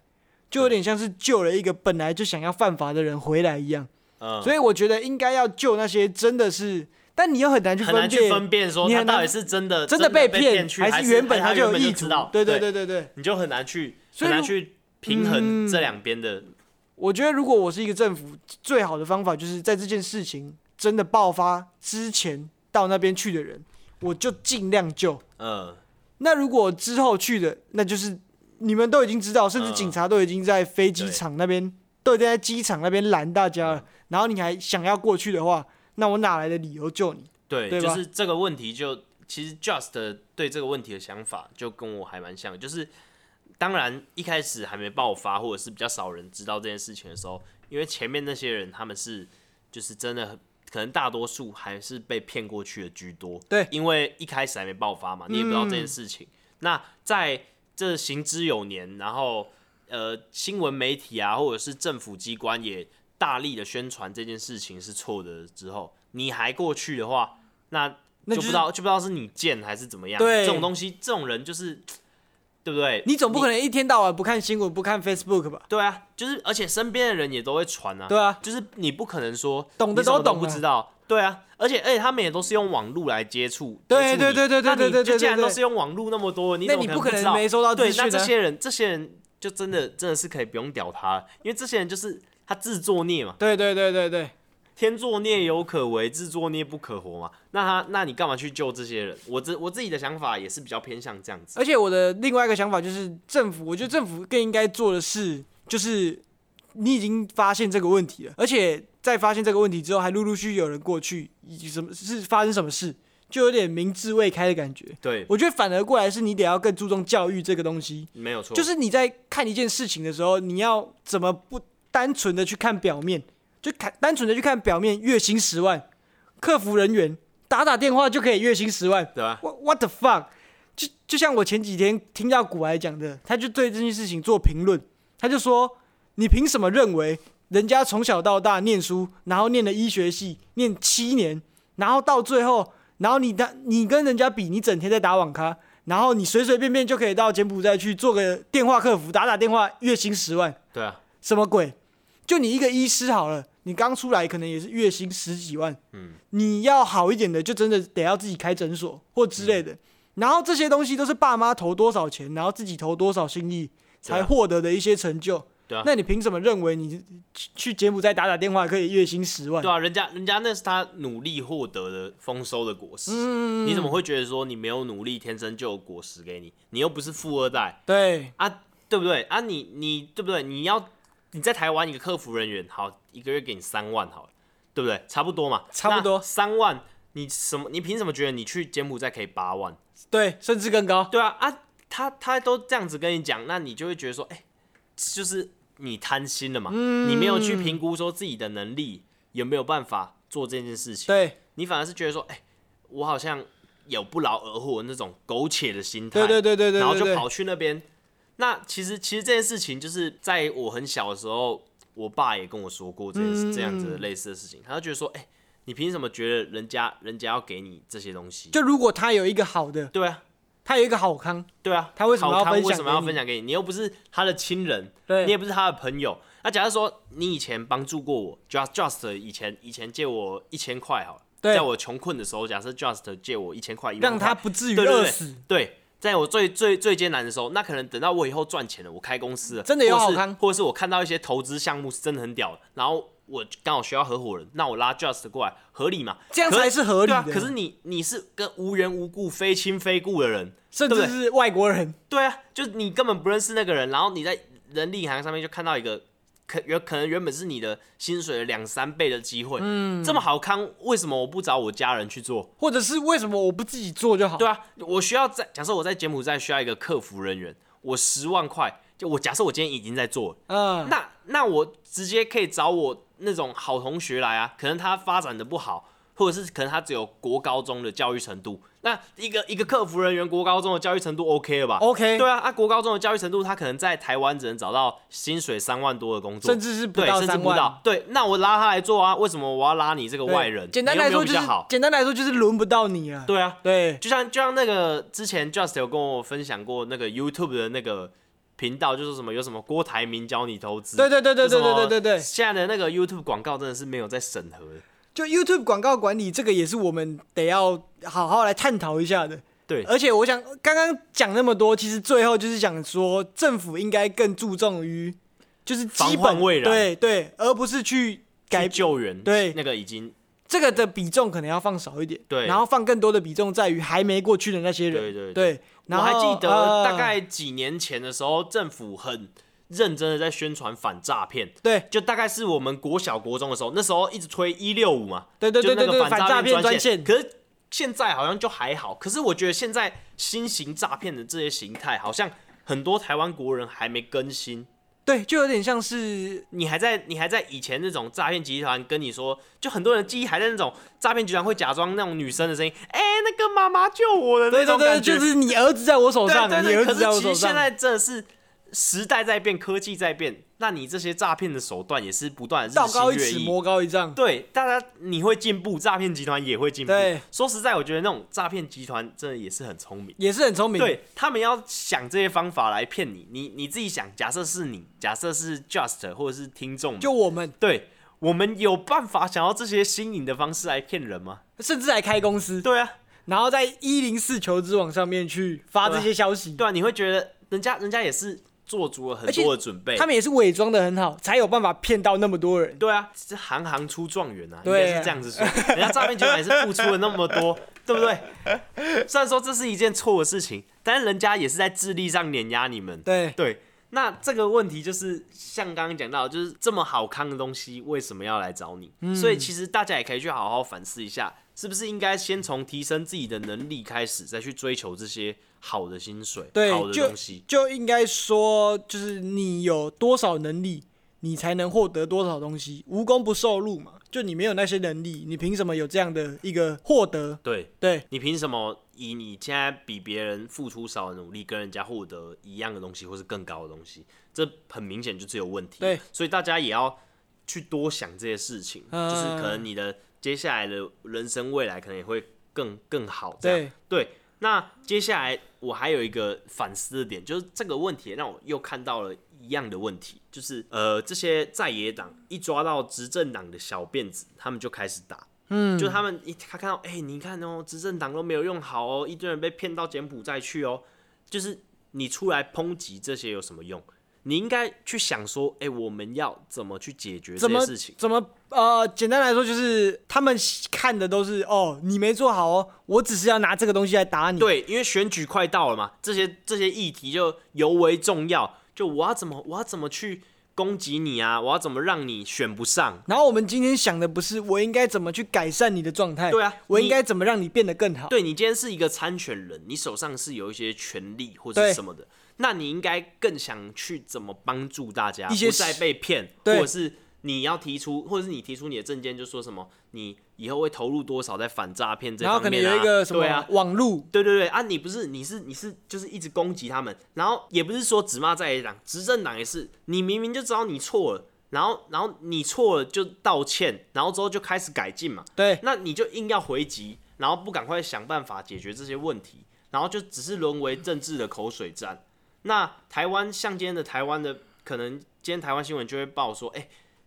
Speaker 1: 就有点像是救了一个本来就想要犯法的人回来一样。
Speaker 2: 嗯，
Speaker 1: 所以我觉得应该要救那些真的是，但你又很难去
Speaker 2: 很难
Speaker 1: 分
Speaker 2: 去
Speaker 1: 辨，
Speaker 2: 分辨说
Speaker 1: 你
Speaker 2: 他
Speaker 1: 很难
Speaker 2: 到底是真的
Speaker 1: 真
Speaker 2: 的
Speaker 1: 的被
Speaker 2: 骗去，
Speaker 1: 还
Speaker 2: 还
Speaker 1: 是原本
Speaker 2: 他
Speaker 1: 就有
Speaker 2: 原
Speaker 1: 意
Speaker 2: 知
Speaker 1: 图
Speaker 2: 道？。
Speaker 1: 对
Speaker 2: 对
Speaker 1: 对对对对。
Speaker 2: 你就很难去
Speaker 1: 所
Speaker 2: 很
Speaker 1: 以嗯
Speaker 2: 难
Speaker 1: 如
Speaker 2: 去平衡这两边的。
Speaker 1: 我觉得如果我是一个政府，最好的方法就是在这件事情真的爆发之前到那边去的人，我就尽量救。
Speaker 2: 嗯，
Speaker 1: 那如果之后去的，那就是你们都已经知道，甚至
Speaker 2: 嗯
Speaker 1: 警察都已经在飞机
Speaker 2: 对嗯
Speaker 1: 场那边，都已经在机场那边拦大家了，然后你还想要过去的话，那我哪来的理由救你？
Speaker 2: 对，
Speaker 1: 对
Speaker 2: 就
Speaker 1: 吧
Speaker 2: 是这个问题就其实 Just 的对这个问题的想法就跟我还蛮像，就是当然一开始还没爆发，或者是比较少人知道这件事情的时候，因为前面那些人他们是就是真的很。可能大多数还是被骗过去的居多，
Speaker 1: 对
Speaker 2: 因为一开始还没爆发嘛，你也不知道这件事情。那在这行之有年，然后呃，新闻媒体啊，或者是政府机关也大力的宣传这件事情是错的之后，你还过去的话，那就
Speaker 1: 那就
Speaker 2: 不
Speaker 1: 是
Speaker 2: 知道就不知道是你贱还是怎么样。
Speaker 1: 对
Speaker 2: 这种东西，这种人就是对不对？
Speaker 1: 你总不可能一天到晚不看新闻、不看 Facebook 吧？
Speaker 2: 对啊，就是而且身边的人也都会传啊，
Speaker 1: 对啊，
Speaker 2: 就是你不可能说
Speaker 1: 懂的
Speaker 2: 你什么
Speaker 1: 都
Speaker 2: 都
Speaker 1: 懂啊
Speaker 2: 不知道，对啊，而且而且他们也都是用网络来接触，
Speaker 1: 对
Speaker 2: 接触
Speaker 1: 对
Speaker 2: 你
Speaker 1: 对对对
Speaker 2: 那
Speaker 1: 对
Speaker 2: 你
Speaker 1: 对
Speaker 2: 就
Speaker 1: 对
Speaker 2: 既然
Speaker 1: 对
Speaker 2: 都是用网络那么多，你
Speaker 1: 那
Speaker 2: 怎么
Speaker 1: 你
Speaker 2: 可
Speaker 1: 可
Speaker 2: 能
Speaker 1: 能
Speaker 2: 不知道
Speaker 1: 没收到资
Speaker 2: 对，那
Speaker 1: 讯啊
Speaker 2: 这
Speaker 1: 哦呢？
Speaker 2: 些人这些人就真的真的是可以不用屌他，因为这些人就是他自作孽嘛，
Speaker 1: 对对对对对，
Speaker 2: 天作孽犹可为，自作孽不可活嘛。那他那你干嘛去救这些人？我自我自己的想法也是比较偏向这样子，
Speaker 1: 而且我的另外一个想法就是，政府，我觉得政府更应该做的是，就是你已经发现这个问题了，而且在发现这个问题之后，还陆陆续续有人过去，以什么是发生什么事，就有点明智未开的感觉。
Speaker 2: 对，
Speaker 1: 我觉得反而过来是你得要更注重教育这个东西，
Speaker 2: 没有错，
Speaker 1: 就是你在看一件事情的时候，你要怎么不单纯的去看表面，就看单纯的去看表面，月薪十万，客服人员打打电话就可以月薪十万
Speaker 2: 对啊吧？
Speaker 1: ，what what the fuck？就就像我前几天听到古来讲的，他就对这件事情做评论，他就说你凭什么认为人家从小到大念书，然后念了医学系，念七年，然后到最后，然后你的你跟人家比，你整天在打网咖，然后你随随便便就可以到柬埔寨去做个电话客服，打打电话，月薪十万，
Speaker 2: 对啊，
Speaker 1: 什么鬼？就你一个医师好了，你刚出来可能也是月薪十几万，
Speaker 2: 嗯，
Speaker 1: 你要好一点的，就真的得要自己开诊所或之类
Speaker 2: 嗯
Speaker 1: 的。然后这些东西都是爸妈投多少钱，然后自己投多少心意
Speaker 2: 对啊
Speaker 1: 才获得的一些成就。
Speaker 2: 对啊
Speaker 1: 那你凭什么认为你去去柬埔寨打打电话可以月薪十万？
Speaker 2: 对啊，人家人家那是他努力获得的丰收的果
Speaker 1: 嗯
Speaker 2: 实，你怎么会觉得说你没有努力，天生就有果实给你？你又不是富二代
Speaker 1: 对
Speaker 2: 啊，对不对啊你？你对不对？你要你在台湾一个客服人员，好，一个月给你三万，好了，对不对？差不多嘛，
Speaker 1: 差不多
Speaker 2: 那三万。你什么？你凭什么觉得你去柬埔寨可以八万？
Speaker 1: 对，甚至更高。
Speaker 2: 对啊啊，他他都这样子跟你讲，那你就会觉得说，哎、就是你贪心了嘛，
Speaker 1: 嗯
Speaker 2: 你没有去评估说自己的能力有没有办法做这件事情。
Speaker 1: 对
Speaker 2: 你反而是觉得说，哎、我好像有不劳而获那种苟且的心态，
Speaker 1: 对对对对对对，
Speaker 2: 然后就
Speaker 1: 对
Speaker 2: 跑去那边。那其实其实这件事情就是在我很小的时候，我爸也跟我说过这件事、这样子的
Speaker 1: 嗯
Speaker 2: 类似的事情，他就觉得说，哎、你凭什么觉得人家人家要给你这些东西？
Speaker 1: 就如果他有一个好的，
Speaker 2: 对啊，
Speaker 1: 他有一个好康，
Speaker 2: 对啊，
Speaker 1: 他为什么要
Speaker 2: 好康
Speaker 1: 分享
Speaker 2: 为什么要
Speaker 1: 给你
Speaker 2: 分享给你？你又不是他的亲人，
Speaker 1: 对
Speaker 2: 你也不是他的朋友。那假如说你以前帮助过我，Just Just 以前以前借我一千块好了，
Speaker 1: 对
Speaker 2: 在我穷困的时候，假设 Just 借我一千块，一万
Speaker 1: 让
Speaker 2: 块
Speaker 1: 他不至于
Speaker 2: 对
Speaker 1: 饿
Speaker 2: 对
Speaker 1: 死。
Speaker 2: 对对，在我最最最艰难的时候，那可能等到我以后赚钱了，我开公司了，
Speaker 1: 真的有
Speaker 2: 或
Speaker 1: 好
Speaker 2: 是
Speaker 1: 康
Speaker 2: 或者是我看到一些投资项目是真的很屌的，然后我刚好需要合伙人，那我拉 Just 过来合理嘛？
Speaker 1: 这样
Speaker 2: 可是
Speaker 1: 才是合理
Speaker 2: 对啊。
Speaker 1: 的
Speaker 2: 可是你你是跟无缘无故非亲非故的人，
Speaker 1: 甚
Speaker 2: 对
Speaker 1: 至
Speaker 2: 不对
Speaker 1: 是外国人，
Speaker 2: 对啊，就是你根本不认识那个人，然后你在人力银行上面就看到一个可原可能原本是你的薪水的两三倍的机会，嗯，这么好康，为什么我不找我家人去做？
Speaker 1: 或者是为什么我不自己做就好？
Speaker 2: 对啊，我需要在假设我在柬埔寨需要一个客服人员，我十万块，就我假设我今天已经在做了，
Speaker 1: 嗯，
Speaker 2: 那那我直接可以找我那种好同学来啊，可能他发展的不好，或者是可能他只有国高中的教育程度，那一个一个客服人员国高中的教育程度 OK 了吧
Speaker 1: OK
Speaker 2: 对啊，啊国高中的教育程度，他可能在台湾只能找到薪水三万多的工作，
Speaker 1: 甚至是不
Speaker 2: 对，
Speaker 1: 到
Speaker 2: 甚至
Speaker 1: 三
Speaker 2: 不
Speaker 1: 万。
Speaker 2: 到，对，那我拉他来做啊，为什么我要拉你这个
Speaker 1: 对
Speaker 2: 外人？
Speaker 1: 简单
Speaker 2: 你又
Speaker 1: 来
Speaker 2: 没有
Speaker 1: 说就
Speaker 2: 比
Speaker 1: 是
Speaker 2: 较好，，
Speaker 1: 简单来说就是轮不到你了。
Speaker 2: 对啊，
Speaker 1: 对
Speaker 2: 就像就像那个之前 Just 有跟我分享过那个 YouTube 的那个频道，就是什么有什么郭台铭教你投资，
Speaker 1: 对对对对
Speaker 2: 就
Speaker 1: 对
Speaker 2: 什么
Speaker 1: 对对对对，
Speaker 2: 现在的那个 YouTube 广告真的是没有在审核的，
Speaker 1: 就 YouTube 广告管理这个也是我们得要好好来探讨一下的。
Speaker 2: 对
Speaker 1: 而且我想刚刚讲那么多，其实最后就是想说，政府应该更注重于就是基
Speaker 2: 防患
Speaker 1: 本
Speaker 2: 未然
Speaker 1: 对对，而不是去改
Speaker 2: 去救援
Speaker 1: 对
Speaker 2: 那个已经
Speaker 1: 这个的比重可能要放少一点，
Speaker 2: 对
Speaker 1: 然后放更多的比重在于还没过去的那些人，
Speaker 2: 对对
Speaker 1: 对。
Speaker 2: 我
Speaker 1: 然后
Speaker 2: 还记得
Speaker 1: 呃
Speaker 2: 大概几年前的时候，政府很认真的在宣传反诈骗。
Speaker 1: 对
Speaker 2: 就大概是我们国小国中的时候，那时候一直推一六五嘛，
Speaker 1: 对对
Speaker 2: 就
Speaker 1: 对
Speaker 2: 那
Speaker 1: 对
Speaker 2: 个
Speaker 1: 对，
Speaker 2: 反
Speaker 1: 反诈骗专
Speaker 2: 专
Speaker 1: 线，
Speaker 2: 可是现在好像就还好，可是我觉得现在新型诈骗的这些形态，好像很多台湾国人还没更新。
Speaker 1: 对，就有点像是
Speaker 2: 你还在你还在以前那种诈骗集团跟你说，就很多人记忆还在那种诈骗集团会假装那种女生的声音，哎、那个妈妈救我的那
Speaker 1: 对对
Speaker 2: 种
Speaker 1: 对，
Speaker 2: 感觉，
Speaker 1: 就是你儿子在我手
Speaker 2: 对
Speaker 1: 上，
Speaker 2: 对
Speaker 1: 你
Speaker 2: 对。
Speaker 1: 儿
Speaker 2: 可
Speaker 1: 子在我
Speaker 2: 是其
Speaker 1: 手
Speaker 2: 实现
Speaker 1: 上，
Speaker 2: 在真的是时代在变，科技在变，那你这些诈骗的手段也是不断地日
Speaker 1: 道高一
Speaker 2: 新月
Speaker 1: 尺，
Speaker 2: 异。
Speaker 1: 魔高一丈。
Speaker 2: 对，大家你会进步，诈骗集团也会进步
Speaker 1: 对。
Speaker 2: 说实在，我觉得那种诈骗集团真的也是很聪明，
Speaker 1: 也是很聪明，，
Speaker 2: 对他们要想这些方法来骗你。你你自己想，假设是你，假设是 Just 或者是听众们，
Speaker 1: 就我们
Speaker 2: 对我们有办法想要这些新颖的方式来骗人吗？
Speaker 1: 甚至还开公司，
Speaker 2: 对啊，
Speaker 1: 然后在一零四求职网上面去发这些消息，
Speaker 2: 对啊，你会觉得人家人家也是做足了很
Speaker 1: 而且
Speaker 2: 多的准备
Speaker 1: 他。们也是伪装的很好，才有办法骗到那么多人。
Speaker 2: 对啊，这行行出状元啊，应
Speaker 1: 对啊
Speaker 2: 该是这样子说。人家诈骗集团也是付出了那么 多，对不对？虽然说这是一件错的事情，但是人家也是在智力上碾压你们。
Speaker 1: 对，
Speaker 2: 对，那这个问题就是像刚刚讲到，就是这么好康的东西，为什么要来找你？
Speaker 1: 嗯
Speaker 2: 所以其实大家也可以去好好反思一下，是不是应该先从提升自己的能力开始，再去追求这些好的薪水、
Speaker 1: 对
Speaker 2: 好的
Speaker 1: 就
Speaker 2: 东西。
Speaker 1: 就应该说，就是你有多少能力，你才能获得多少东西，无功不受禄嘛。就你没有那些能力，你凭什么有这样的一个获得？
Speaker 2: 对
Speaker 1: 对，
Speaker 2: 你凭什么以你现在比别人付出少的努力，跟人家获得一样的东西，或是更高的东西？这很明显就是有问题。
Speaker 1: 对，
Speaker 2: 所以大家也要去多想这些事情，
Speaker 1: 嗯
Speaker 2: 就是可能你的接下来的人生未来可能也会更更好。这样
Speaker 1: 对，
Speaker 2: 对。那接下来我还有一个反思的点，就是这个问题让我又看到了一样的问题，就是呃，这些在野党一抓到执政党的小辫子，他们就开始打。
Speaker 1: 嗯
Speaker 2: 就他们一他看到，哎、你看哦，执政党都没有用好哦，一堆人被骗到柬埔寨去哦，就是你出来抨击这些有什么用？你应该去想说，哎、我们要怎么去解决这
Speaker 1: 怎么
Speaker 2: 些事情？
Speaker 1: 怎么呃，简单来说就是他们看的都是哦，你没做好哦，我只是要拿这个东西来打你。
Speaker 2: 对，因为选举快到了嘛，这些这些议题就尤为重要。就我要怎么，我要怎么去攻击你啊？我要怎么让你选不上？
Speaker 1: 然后我们今天想的不是我应该怎么去改善你的状态，
Speaker 2: 对啊
Speaker 1: 我
Speaker 2: 你
Speaker 1: 应该怎么让你变得更好。
Speaker 2: 对你今天是一个参选人，你手上是有一些权利或
Speaker 1: 对
Speaker 2: 者什么的，那你应该更想去怎么帮助大家，
Speaker 1: 一些
Speaker 2: 不再被骗，
Speaker 1: 对
Speaker 2: 或者是你要提出，或者是你提出你的证件，就说什么你以后会投入多少在反诈骗这
Speaker 1: 然后
Speaker 2: 方
Speaker 1: 可
Speaker 2: 面、啊、
Speaker 1: 能有一个什么
Speaker 2: 对啊。
Speaker 1: 网路，
Speaker 2: 对对对啊！你不是你是你是就是一直攻击他们，然后也不是说只骂在野党，执政党也是，你明明就知道你错了，然后然后你错了就道歉，然后之后就开始改进嘛。
Speaker 1: 对
Speaker 2: 那你就硬要回击，然后不赶快想办法解决这些问题，然后就只是沦为政治的口水战。那台湾像今天的台湾的，可能今天台湾新闻就会报说，哎、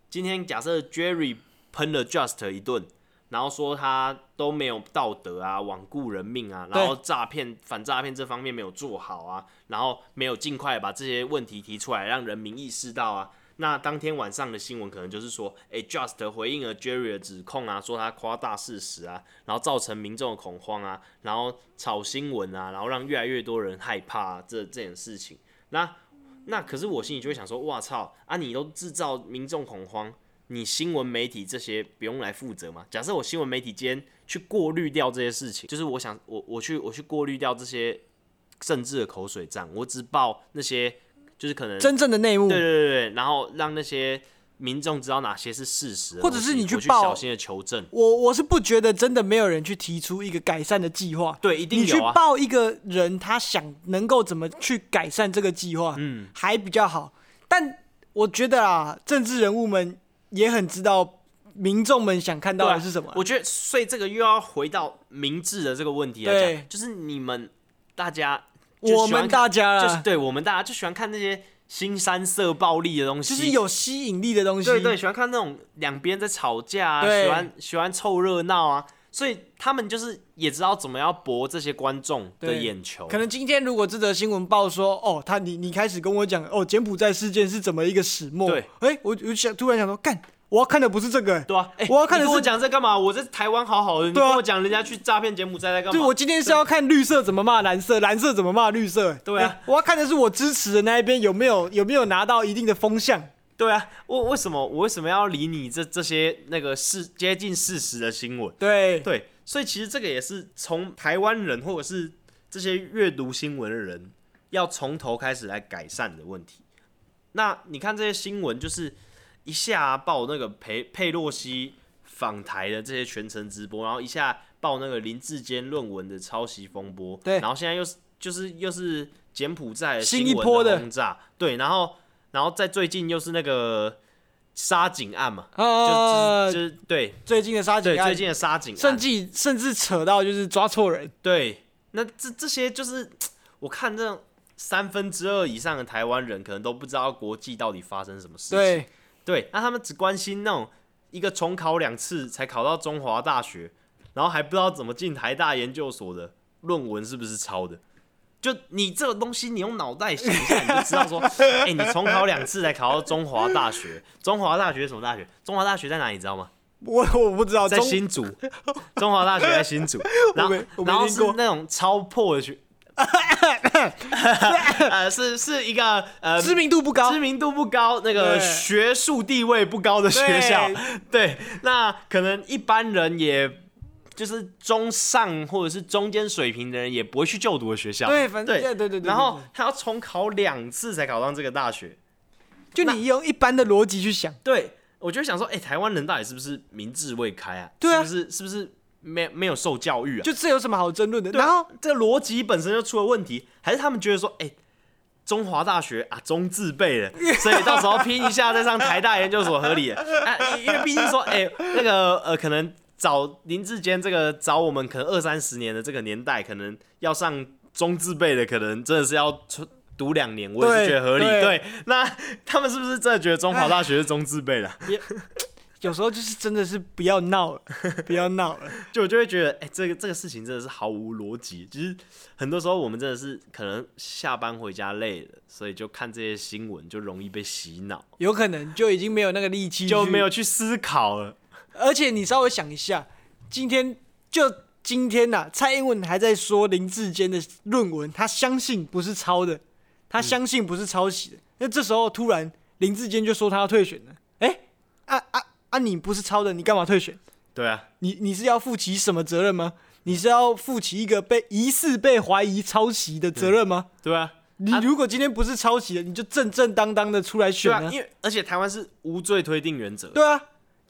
Speaker 2: 今天假设 Jerry 喷了 Just 一顿，然后说他都没有道德啊，罔顾人命啊，
Speaker 1: 对
Speaker 2: 然后诈骗、反诈骗这方面没有做好啊，然后没有尽快把这些问题提出来，让人民意识到啊。那当天晚上的新闻可能就是说，哎、j u s t 回应了 Jerry 的指控啊，说他夸大事实啊，然后造成民众的恐慌啊，然后炒新闻啊，然后让越来越多人害怕、啊、这这件事情。那那可是我心里就会想说，哇操啊！你都制造民众恐慌，你新闻媒体这些不用来负责吗？假设我新闻媒体今天去过滤掉这些事情，就是我想我我去我去过滤掉这些政治的口水战，我只报那些就是可能
Speaker 1: 真正的内幕，
Speaker 2: 对对对对，然后让那些民众知道哪些是事实的
Speaker 1: 或
Speaker 2: 东
Speaker 1: 者
Speaker 2: 西，
Speaker 1: 是你去
Speaker 2: 我去
Speaker 1: 报
Speaker 2: 小心的求证。
Speaker 1: 我我是不觉得真的没有人去提出一个改善的计划。
Speaker 2: 对，一定
Speaker 1: 你去
Speaker 2: 有啊。
Speaker 1: 报一个人，他想能够怎么去改善这个计划，嗯，还比较好。但我觉得啊，政治人物们也很知道民众们想看到
Speaker 2: 对啊
Speaker 1: 的是什么啊。
Speaker 2: 我觉得，所以这个又要回到明智的这个问题来
Speaker 1: 对
Speaker 2: 讲，就是你们大家就喜欢
Speaker 1: 我
Speaker 2: 看，
Speaker 1: 们大家
Speaker 2: 就是
Speaker 1: 啊
Speaker 2: 对我们大家就喜欢看那些新三色暴力的东西，
Speaker 1: 就是有吸引力的东西，
Speaker 2: 对对，喜欢看那种两边在吵架啊，
Speaker 1: 对
Speaker 2: 喜欢喜欢凑热闹啊，所以他们就是也知道怎么样博这些观众的
Speaker 1: 对
Speaker 2: 眼球，
Speaker 1: 可能今天如果这则新闻报说，哦，他你你开始跟我讲，哦，柬埔寨事件是怎么一个始末？
Speaker 2: 对
Speaker 1: 哎、我我想突然想说，干，我要看的不是这个、哎
Speaker 2: 对啊，哎、
Speaker 1: 我要看
Speaker 2: 你
Speaker 1: 的
Speaker 2: 跟我
Speaker 1: 是，
Speaker 2: 讲这干嘛？我在台湾好好的，你
Speaker 1: 对
Speaker 2: 跟
Speaker 1: 啊
Speaker 2: 我讲人家去诈骗柬埔寨在干
Speaker 1: 对
Speaker 2: 嘛？
Speaker 1: 我今天是要看绿色怎么骂蓝色，蓝色怎么骂绿色、哎
Speaker 2: 对啊
Speaker 1: 哎我要看的是我支持的那一边有没有有没有拿到一定的风向，
Speaker 2: 对啊，我为什么我为什么要理你这这些那个事接近事实的新闻？
Speaker 1: 对，
Speaker 2: 对，所以其实这个也是从台湾人或者是这些阅读新闻的人要从头开始来改善的问题。那你看这些新闻，就是一下报那个佩佩洛西访台的这些全程直播，然后一下报那个林志坚论文的抄袭风波，
Speaker 1: 对
Speaker 2: 然后现在又是就是又是柬埔寨
Speaker 1: 新
Speaker 2: 新
Speaker 1: 一
Speaker 2: 闻
Speaker 1: 波的
Speaker 2: 轰炸，对，然后然后在最近又是那个杀警案嘛，就
Speaker 1: 啊
Speaker 2: 就，就是对
Speaker 1: 最近的杀警
Speaker 2: 对
Speaker 1: 案
Speaker 2: 最，近的杀警
Speaker 1: 甚
Speaker 2: 案，
Speaker 1: 至甚至扯到就是抓错人，
Speaker 2: 对，那这这些就是我看这三分之二以上的台湾人可能都不知道国际到底发生什么事情，
Speaker 1: 对，
Speaker 2: 对，那他们只关心那种一个重考两次才考到中华大学，然后还不知道怎么进台大研究所的论文是不是抄的。就你这个东西，你用脑袋想一下，你就知道说，哎、你重考两次才考到中华大学，中华大学是什么大学？中华大学在哪里？你知道吗？
Speaker 1: 我我不知道，
Speaker 2: 在
Speaker 1: 中
Speaker 2: 新竹，中华大学在新 竹，然后
Speaker 1: 我没我没
Speaker 2: 然后
Speaker 1: 听
Speaker 2: 是
Speaker 1: 过
Speaker 2: 那种超破的 学，呃，是是一个呃
Speaker 1: 知名度不高
Speaker 2: 知，名度不高、那个
Speaker 1: 对
Speaker 2: 学术地位不高的学校，对，那可能一般人也就是中上或者是中间水平的人也不会去就读的学校，
Speaker 1: 对，反正
Speaker 2: 对
Speaker 1: 对对对对，
Speaker 2: 然后他要重考两次才考上这个大学，
Speaker 1: 就你用一般的逻辑去想，
Speaker 2: 对我就想说，哎、台湾人到底是不是民智未开啊？
Speaker 1: 对
Speaker 2: 是
Speaker 1: 啊
Speaker 2: 不是是不是没没有受教育啊？
Speaker 1: 就这有什么好争论的？
Speaker 2: 对啊
Speaker 1: 然后
Speaker 2: 这逻辑本身就出了问题，还是他们觉得说，哎、中华大学啊，中字辈的， 所以到时候拼一下再上台大研究所合理的。啊，因为毕竟说，哎、那个呃，可能找林志坚这个找我们可能二三十年的这个年代，可能要上中字辈的，可能真的是要出读两年，我也是
Speaker 1: 对
Speaker 2: 觉得合理。
Speaker 1: 对
Speaker 2: 对，那他们是不是真的觉得中华大学是中字辈的？
Speaker 1: 有时候就是真的是不要闹了， 不要闹了，
Speaker 2: 就我就会觉得，哎、这个这个事情真的是毫无逻辑。其实很多时候我们真的是可能下班回家累了，所以就看这些新闻就容易被洗脑，
Speaker 1: 有可能就已经没有那个力气，
Speaker 2: 就没有，去思考了。
Speaker 1: 而且你稍微想一下，今天就。今天呐、蔡英文还在说林志坚的论文，他相信不是抄的，他相信不是抄袭的。那、这时候突然林志坚就说他要退选了，哎、啊啊啊！你不是抄的，你干嘛退选？
Speaker 2: 对啊，
Speaker 1: 你你是要负起什么责任吗？你是要负起一个被疑似被怀疑抄袭的责任吗？
Speaker 2: 对啊，
Speaker 1: 你如果今天不是抄袭的，你就正正当当的出来
Speaker 2: 对
Speaker 1: 选
Speaker 2: 啊，
Speaker 1: 啊
Speaker 2: 因！为而且台湾是无罪推定原则
Speaker 1: 对啊，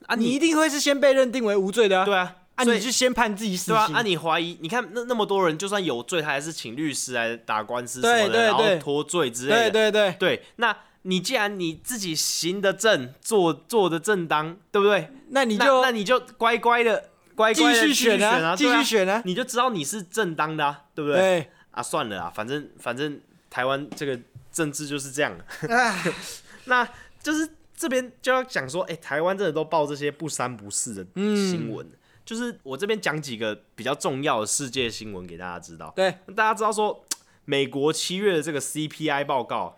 Speaker 2: 啊
Speaker 1: 你
Speaker 2: 你，
Speaker 1: 一定会是先被认定为无罪的啊！
Speaker 2: 对啊，
Speaker 1: 啊，
Speaker 2: 所以
Speaker 1: 你就先判自己死
Speaker 2: 对啊，
Speaker 1: 刑。
Speaker 2: 啊你怀疑，你看那那么多人，就算有罪，他还是请律师来打官司什
Speaker 1: 对
Speaker 2: 么的，
Speaker 1: 对
Speaker 2: 然后
Speaker 1: 对
Speaker 2: 脱罪之类的。
Speaker 1: 对对对，
Speaker 2: 对那你既然你自己行得正，做做的正当，对不对？
Speaker 1: 那你
Speaker 2: 那
Speaker 1: 就
Speaker 2: 那你就乖乖的乖
Speaker 1: 继
Speaker 2: 乖的
Speaker 1: 续
Speaker 2: 选
Speaker 1: 选
Speaker 2: 啊，
Speaker 1: 继
Speaker 2: 对
Speaker 1: 续选
Speaker 2: 啊
Speaker 1: 啊！
Speaker 2: 你就知道你是正当的啊，对不对？
Speaker 1: 对，
Speaker 2: 啊，算了啊，反正反正台湾这个政治就是这样。
Speaker 1: 唉
Speaker 2: 那就是这边就要讲说，哎、台湾真的都报这些不三不四的新闻。就是我这边讲几个比较重要的世界新闻给大家知道。
Speaker 1: 对，
Speaker 2: 大家知道说，美国七月的这个 CPI 报告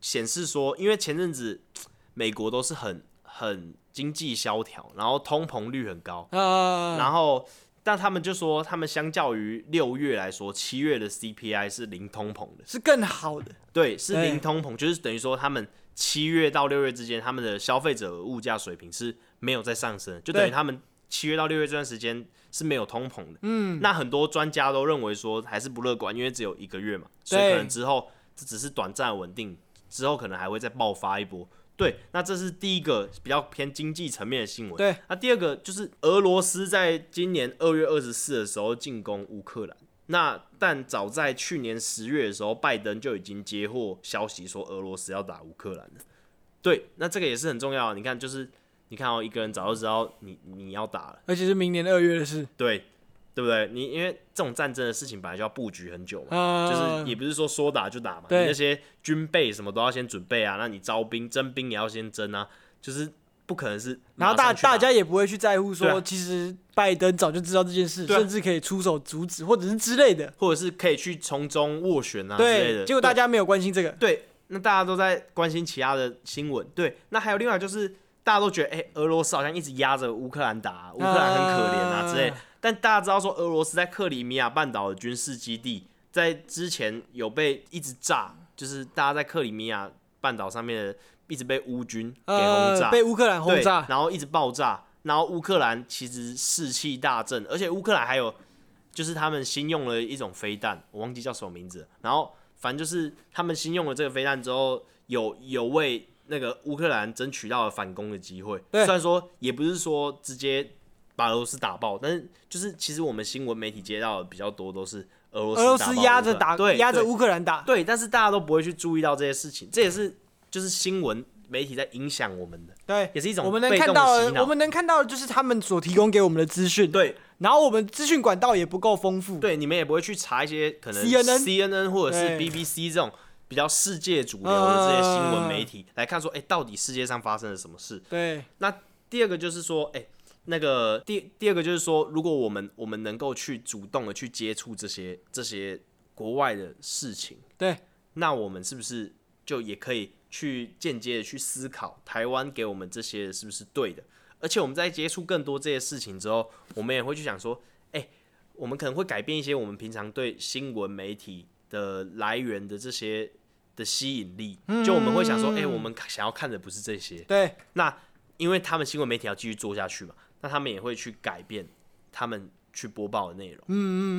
Speaker 2: 显示说，因为前阵子美国都是很很经济萧条，然后通膨率很高，
Speaker 1: 啊，
Speaker 2: 然后但他们就说，他们相较于六月来说，七月的 CPI 是零通膨的，
Speaker 1: 是更好的，
Speaker 2: 对，是
Speaker 1: 对
Speaker 2: 零通膨，就是等于说他们七月到六月之间，他们的消费者物价水平是没有在上升的，就等于
Speaker 1: 对
Speaker 2: 他们七月到六月这段时间是没有通膨的。嗯，那很多专家都认为说还是不乐观，因为只有一个月嘛，所以
Speaker 1: 对
Speaker 2: 可能之后这只是短暂的稳定，之后可能还会再爆发一波。对，那这是第一个比较偏经济层面的新闻。
Speaker 1: 对，
Speaker 2: 那第二个就是俄罗斯在今年二月二十四的时候进攻乌克兰。那但早在去年十月的时候，拜登就已经接获消息说俄罗斯要打乌克兰了。对，那这个也是很重要啊。你看，就是你看哦，一个人早就知道你你要打了，
Speaker 1: 而且是明年二月的事。
Speaker 2: 对对不对？你因为这种战争的事情本来就要布局很久嘛，
Speaker 1: 啊，
Speaker 2: 就是也不是说说打就打嘛，你
Speaker 1: 对
Speaker 2: 那些军备什么都要先准备啊，那你招兵征兵也要先征啊，就是不可能是
Speaker 1: 然
Speaker 2: 马
Speaker 1: 后大
Speaker 2: 上去打
Speaker 1: 大家也不会去在乎
Speaker 2: 对啊
Speaker 1: 说，其实拜登早就知道这件事，
Speaker 2: 对啊
Speaker 1: 甚至可以出手阻止或者是之类的。
Speaker 2: 或者是可以去从中斡旋啊之类
Speaker 1: 对，
Speaker 2: 的，
Speaker 1: 结果大家没有关心这个。
Speaker 2: 对对那大家都在关心其他的新闻，对，那还有另外就是大家都觉得哎、俄罗斯好像一直压着乌克兰打啊、乌克兰很可怜啊之类的
Speaker 1: 啊
Speaker 2: 但大家知道说俄罗斯在克里米亚半岛的军事基地在之前有被一直炸，就是大家在克里米亚半岛上面的一直被乌军给轰炸，
Speaker 1: 呃，被乌克兰轰
Speaker 2: 对，
Speaker 1: 炸，
Speaker 2: 然后一直爆炸，然后乌克兰其实士气大振，而且乌克兰还有就是他们新用了一种飞弹，我忘记叫什么名字了，然后反正就是他们新用了这个飞弹之后，有有为那个乌克兰争取到了反攻的机会，虽
Speaker 1: 对
Speaker 2: 然说也不是说直接把俄罗斯打爆，但是就是其实我们新闻媒体接到的比较多都是俄罗
Speaker 1: 俄罗
Speaker 2: 斯
Speaker 1: 斯
Speaker 2: 打
Speaker 1: 压
Speaker 2: 爆乌
Speaker 1: 着
Speaker 2: 克兰
Speaker 1: 打
Speaker 2: 对，，
Speaker 1: 压着
Speaker 2: 对
Speaker 1: 乌克兰打，
Speaker 2: 对，但是大家都不会去注意到这些事情，这也是就是新闻媒体在影响我们的，
Speaker 1: 对，
Speaker 2: 也是一种
Speaker 1: 我们能
Speaker 2: 被
Speaker 1: 看
Speaker 2: 动的
Speaker 1: 到
Speaker 2: 洗脑
Speaker 1: 的，我们能看到的就是他们所提供给我们的资讯，，
Speaker 2: 对
Speaker 1: 然后我们资讯管道也不够丰富，
Speaker 2: 对，你们也不会去查一些可能
Speaker 1: CNN
Speaker 2: CNN 或者是
Speaker 1: 对
Speaker 2: BBC 这种比较世界主流的这些新闻媒体来看说，哎、到底世界上发生了什么事？
Speaker 1: 对
Speaker 2: 那第二个就是说，哎、那个第第二个就是说，如果我们我们能够去主动的去接触这些这些国外的事情，
Speaker 1: 对
Speaker 2: 那我们是不是就也可以去间接的去思考台湾给我们这些是不是对的？而且我们在接触更多这些事情之后，我们也会去想说，哎、我们可能会改变一些我们平常对新闻媒体的来源的这些的吸引力。
Speaker 1: 嗯
Speaker 2: 就我们会想说，哎、我们想要看的不是这些，
Speaker 1: 对
Speaker 2: 那因为他们新闻媒体要继续做下去嘛，那他们也会去改变他们去播报的内容。
Speaker 1: 嗯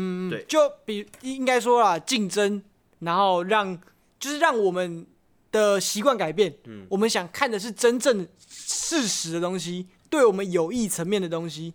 Speaker 1: 就比应该说啦，竞争，然后让就是让我们的习惯改变，嗯，我们想看的是真正事实的东西，对我们有益层面的东西，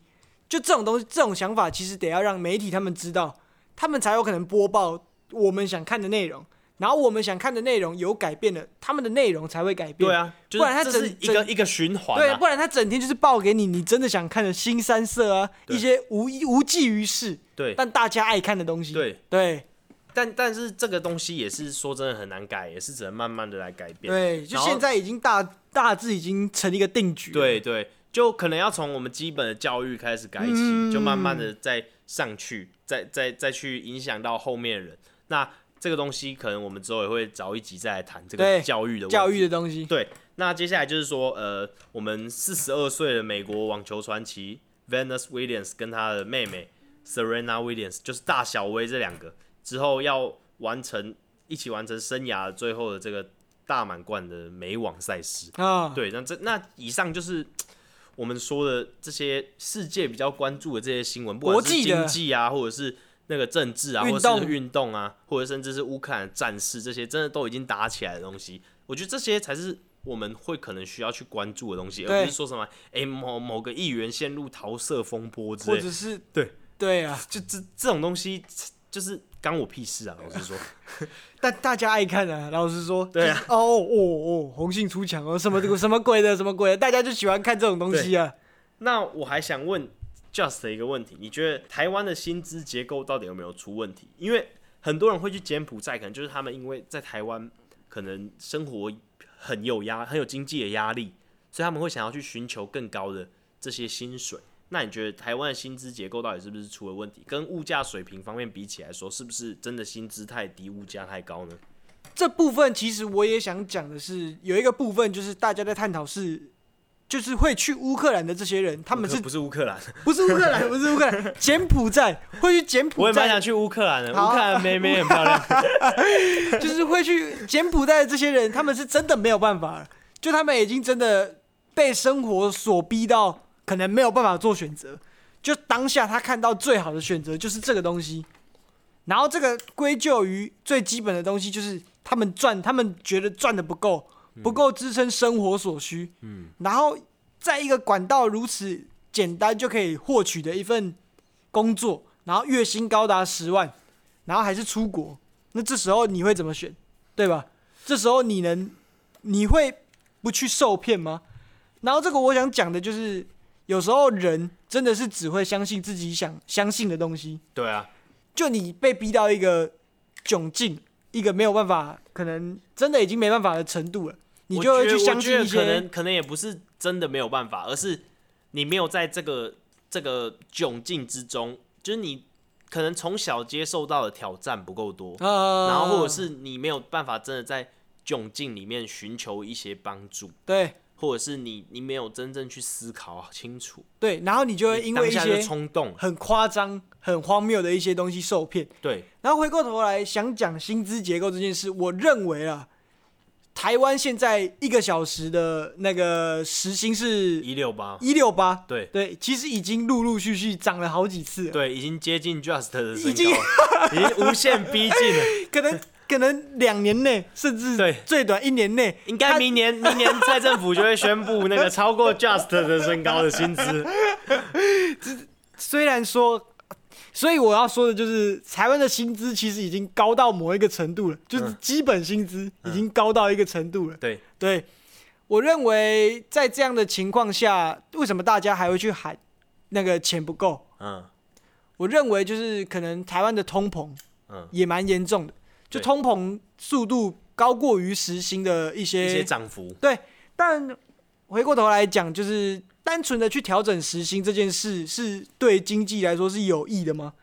Speaker 1: 就这种东西，这种想法其实得要让媒体他们知道，他们才有可能播报我们想看的内容。然后我们想看的内容有改变了，他们的内容才会改变。
Speaker 2: 对啊，就
Speaker 1: 不然他
Speaker 2: 是这是
Speaker 1: 整
Speaker 2: 一个
Speaker 1: 整
Speaker 2: 一个循环、
Speaker 1: 对，
Speaker 2: 啊。
Speaker 1: 不然他整天就是报给你你真的想看的新三色啊，
Speaker 2: 对
Speaker 1: 一些无无济于事，
Speaker 2: 对
Speaker 1: 但大家爱看的东西。
Speaker 2: 对
Speaker 1: 对
Speaker 2: 但但是这个东西也是说真的很难改，也是只能慢慢的来改变。
Speaker 1: 对，就
Speaker 2: 然后
Speaker 1: 现在已经大大致已经成一个定局。
Speaker 2: 对对，就可能要从我们基本的教育开始改起，
Speaker 1: 嗯
Speaker 2: 就慢慢的再上去，再再再去影响到后面的人。那这个东西可能我们之后也会找一集再来谈这个
Speaker 1: 对
Speaker 2: 教育的问题
Speaker 1: 教育的东西，
Speaker 2: 对，那接下来就是说，呃，我们四十二岁的美国网球传奇 Venus Williams 跟她的妹妹 Serena Williams，就是大小威这两个之后要完成一起完成生涯最后的这个大满贯的美网赛事。
Speaker 1: 啊，
Speaker 2: 对，那这那以上就是我们说的这些世界比较关注的这些新闻，不管
Speaker 1: 国
Speaker 2: 是
Speaker 1: 际的
Speaker 2: 经济啊，或者是那个政治啊，
Speaker 1: 运
Speaker 2: 或
Speaker 1: 动
Speaker 2: 者是运动啊，或者甚至是乌克兰的战事，这些真的都已经打起来的东西，我觉得这些才是。我们会可能需要去关注的东西，而
Speaker 1: 对
Speaker 2: 不是说什么哎、诶某某个议员陷入桃色风波之
Speaker 1: 或
Speaker 2: 类的，
Speaker 1: 者是
Speaker 2: 对
Speaker 1: 对啊，
Speaker 2: 就这这种东西就是干我屁事啊！老实说，
Speaker 1: 但大家爱看啊。老实说，
Speaker 2: 对啊
Speaker 1: 就是，哦哦哦，红杏出墙 哦，什么这个什么鬼的，什么鬼的，大家就喜欢看这种东西啊。
Speaker 2: 那我还想问 Just 的一个问题，你觉得台湾的薪资结构到底有没有出问题？因为很多人会去柬埔寨，可能就是他们因为在台湾可能生活很有压、很有经济的压力，所以他们会想要去寻求更高的这些薪水。那你觉得台湾的薪资结构到底是不是出了问题？跟物价水平方面比起来说，是不是真的薪资太低，物价太高呢？
Speaker 1: 这部分其实我也想讲的是，有一个部分就是大家在探讨是，就是会去乌克兰的这些人，他们
Speaker 2: 乌克
Speaker 1: 是
Speaker 2: 不是乌克兰？
Speaker 1: 不 是乌克兰，不是乌克兰，柬埔寨会去柬
Speaker 2: 我
Speaker 1: 埔
Speaker 2: 也蛮想
Speaker 1: 寨，
Speaker 2: 去乌克兰的，
Speaker 1: 好
Speaker 2: 乌克兰妹妹很漂亮。
Speaker 1: 就是会去柬埔寨的这些人，他们是真的没有办法了，就他们已经真的被生活所逼到，可能没有办法做选择。就当下他看到最好的选择就是这个东西，然后这个归咎于最基本的东西，就是他们赚，他们觉得赚的不够，不够支撑生活所需。嗯，然后在一个管道如此简单就可以获取的一份工作，然后月薪高达十万，然后还是出国，那这时候你会怎么选，对吧？这时候你能，你会不去受骗吗？然后这个我想讲的就是，有时候人真的是只会相信自己想相信的东西。
Speaker 2: 对啊，
Speaker 1: 就你被逼到一个窘境，一个没有办法，可能真的已经没办法的程度了，你就
Speaker 2: 我
Speaker 1: 会
Speaker 2: 觉
Speaker 1: 去
Speaker 2: 得
Speaker 1: 相信
Speaker 2: 我
Speaker 1: 一
Speaker 2: 觉得可
Speaker 1: 些
Speaker 2: 能可能也不是真的没有办法，而是你没有在这个这个窘境之中，就是你可能从小接受到的挑战不够多，
Speaker 1: 呃，
Speaker 2: 然后或者是你没有办法真的在窘境里面寻求一些帮助，
Speaker 1: 对
Speaker 2: 或者是你你没有真正去思考清楚，
Speaker 1: 对，然后你就会因为一
Speaker 2: 当下就
Speaker 1: 些
Speaker 2: 冲动了，
Speaker 1: 很夸张、很荒谬的一些东西受骗。
Speaker 2: 对
Speaker 1: 然后回过头来想讲薪资结构这件事，我认为啊，台湾现在一个小时的那个时薪是
Speaker 2: 一六八，
Speaker 1: 一六八，
Speaker 2: 对
Speaker 1: 对，其实已经陆陆续续涨了好几次了。
Speaker 2: 对，已经接近 Just 的身
Speaker 1: 已经
Speaker 2: 高了，已经无限逼近了。
Speaker 1: 可能可能两年内，甚至
Speaker 2: 对
Speaker 1: 最短一年内，
Speaker 2: 应该明年明年蔡政府就会宣布那个超过 Just 的身高的薪资。
Speaker 1: 虽然说所以我要说的就是，台湾的薪资其实已经高到某一个程度了，就是
Speaker 2: 嗯
Speaker 1: 基本薪资已经高到一个程度了。
Speaker 2: 对，
Speaker 1: 对，我认为在这样的情况下，为什么大家还会去喊那个钱不够？
Speaker 2: 嗯
Speaker 1: 我认为就是可能台湾的通膨
Speaker 2: 嗯，
Speaker 1: 也蛮严重的，就
Speaker 2: 对
Speaker 1: 通膨速度高过于时薪的一
Speaker 2: 一
Speaker 1: 些
Speaker 2: 些涨幅，
Speaker 1: 对，但回过头来讲，就是单纯的去调整时薪这件事，是对经济来说是有益的吗？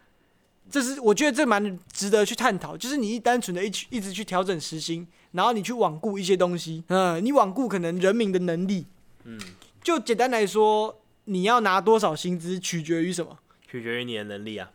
Speaker 1: 这是我觉得这蛮值得去探讨。就是你一单纯的一去一直去调整时薪，然后你去罔顾一些东西，嗯，你罔顾可能人民的能力，
Speaker 2: 嗯，
Speaker 1: 就简单来说，你要拿多少薪资取决于什么？
Speaker 2: 取决于你的能力啊。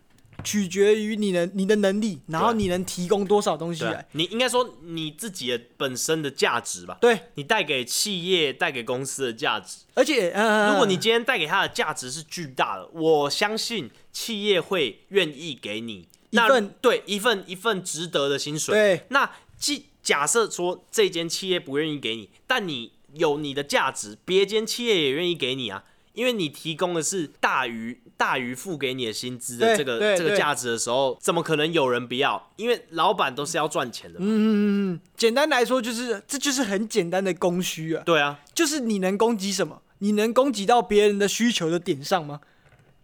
Speaker 1: 取决于你能你的能力，然后
Speaker 2: 对
Speaker 1: 你能提供多少东西
Speaker 2: 对
Speaker 1: 来
Speaker 2: 啊，。你应该说你自己的本身的价值吧，
Speaker 1: 对，
Speaker 2: 你带给企业、带给公司的价值。
Speaker 1: 而且，嗯，
Speaker 2: 如果你今天带给他的价值是巨大的，我相信企业会愿意给你
Speaker 1: 一
Speaker 2: 那
Speaker 1: 份
Speaker 2: 对一份一份值得的薪水。
Speaker 1: 对
Speaker 2: 那既假设说这间企业不愿意给你，但你有你的价值，别间企业也愿意给你啊，因为你提供的是大于大于付给你的薪资的
Speaker 1: 对
Speaker 2: 这个
Speaker 1: 对
Speaker 2: 这个
Speaker 1: 对
Speaker 2: 价值的时候，怎么可能有人不要？因为老板都是要赚钱的嘛。
Speaker 1: 简单来说，就是这就是很简单的供需啊。
Speaker 2: 对啊，
Speaker 1: 就是你能攻击什么？你能攻击到别人的需求的点上吗？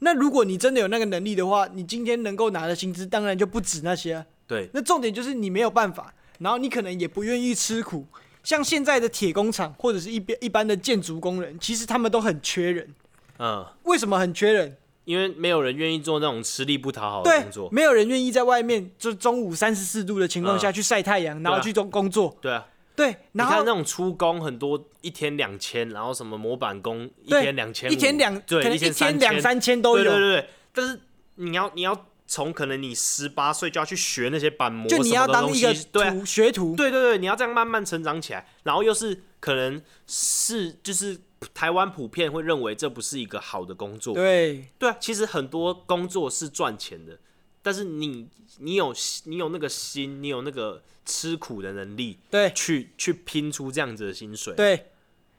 Speaker 1: 那如果你真的有那个能力的话，你今天能够拿的薪资当然就不止那些啊、
Speaker 2: 对，
Speaker 1: 那重点就是你没有办法，然后你可能也不愿意吃苦。像现在的铁工厂或者是一边一般的建筑工人，其实他们都很缺人。
Speaker 2: 嗯，
Speaker 1: 为什么很缺人？
Speaker 2: 因为没有人愿意做那种吃力不讨好的
Speaker 1: 对
Speaker 2: 工，作。
Speaker 1: 没有人愿意在外面，就中午三十四度的情况下
Speaker 2: 嗯
Speaker 1: 去晒太阳，然后
Speaker 2: 对啊
Speaker 1: 去工工作。
Speaker 2: 对啊，
Speaker 1: 对，
Speaker 2: 你
Speaker 1: 然
Speaker 2: 看
Speaker 1: 后
Speaker 2: 那种出工很多，一天两千，然后什么模板工一
Speaker 1: 对
Speaker 2: 天两千，
Speaker 1: 一天两，可
Speaker 2: 对，
Speaker 1: 能
Speaker 2: 天
Speaker 1: 天
Speaker 2: 三
Speaker 1: 两三千都有。
Speaker 2: 对对对对，但是你要你要从可能你十八岁就要去学那些板模，
Speaker 1: 就你要当一个
Speaker 2: 对啊、
Speaker 1: 徒学徒，
Speaker 2: 对对对，你要这样慢慢成长起来，然后又是可能是就是台湾普遍会认为这不是一个好的工作，
Speaker 1: 对
Speaker 2: 对啊，其实很多工作是赚钱的，但是你你有你有那个心，你有那个吃苦的能力，
Speaker 1: 对
Speaker 2: 去去拼出这样子的薪水，，
Speaker 1: 对，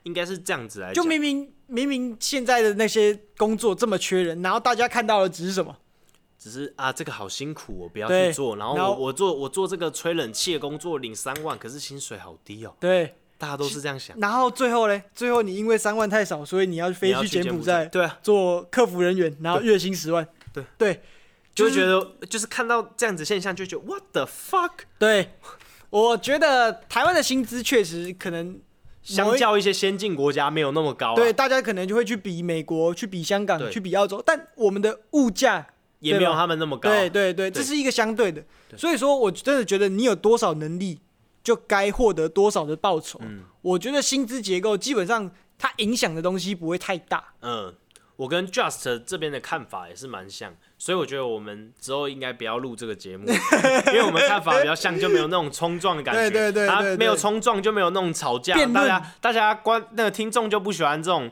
Speaker 2: 应该是这样子来
Speaker 1: 就
Speaker 2: 讲，
Speaker 1: 明明明明现在的那些工作这么缺人，然后大家看到的只是什么？
Speaker 2: 只是啊这个好辛苦，我不要
Speaker 1: 对
Speaker 2: 去做，然后
Speaker 1: 然后
Speaker 2: 我我做我做这个吹冷气的工作领三万，可是薪水好低哦，
Speaker 1: 对，
Speaker 2: 大家都是这样想，
Speaker 1: 然后最后嘞，最后你因为三万太少，所以你要
Speaker 2: 你
Speaker 1: 飞
Speaker 2: 要去
Speaker 1: 柬
Speaker 2: 埔
Speaker 1: 寨
Speaker 2: 对啊，
Speaker 1: 做客服人员，然后月薪十万。
Speaker 2: 对
Speaker 1: 对
Speaker 2: 就
Speaker 1: 就
Speaker 2: 会
Speaker 1: 是
Speaker 2: 觉得就是看到这样子现象，就觉得 what the fuck，
Speaker 1: 对，我觉得台湾的薪资确实可能
Speaker 2: 相
Speaker 1: 某一
Speaker 2: 较啊一些先进国家没有那么高、啊，
Speaker 1: 对，大家可能就会去比美国、去比香港
Speaker 2: 对、
Speaker 1: 去比澳洲，但我们的物价
Speaker 2: 也没有他们那么高啊、
Speaker 1: 对对对，
Speaker 2: 对
Speaker 1: 这是一个相对的。所以说我真的觉得你有多少能力，就该获得多少的报酬。
Speaker 2: 嗯
Speaker 1: 我觉得薪资结构基本上它影响的东西不会太 大。
Speaker 2: 嗯，我跟 Just 这边的看法也是蛮像，所以我觉得我们之后应该不要录这个节目， 因为我们看法比较像，就没有那种冲撞的感觉。
Speaker 1: 对对对
Speaker 2: 啊
Speaker 1: 对对
Speaker 2: 没有冲撞就没有那种吵架，
Speaker 1: 辩
Speaker 2: 大
Speaker 1: 论
Speaker 2: 家大家观那个听众就不喜欢这种。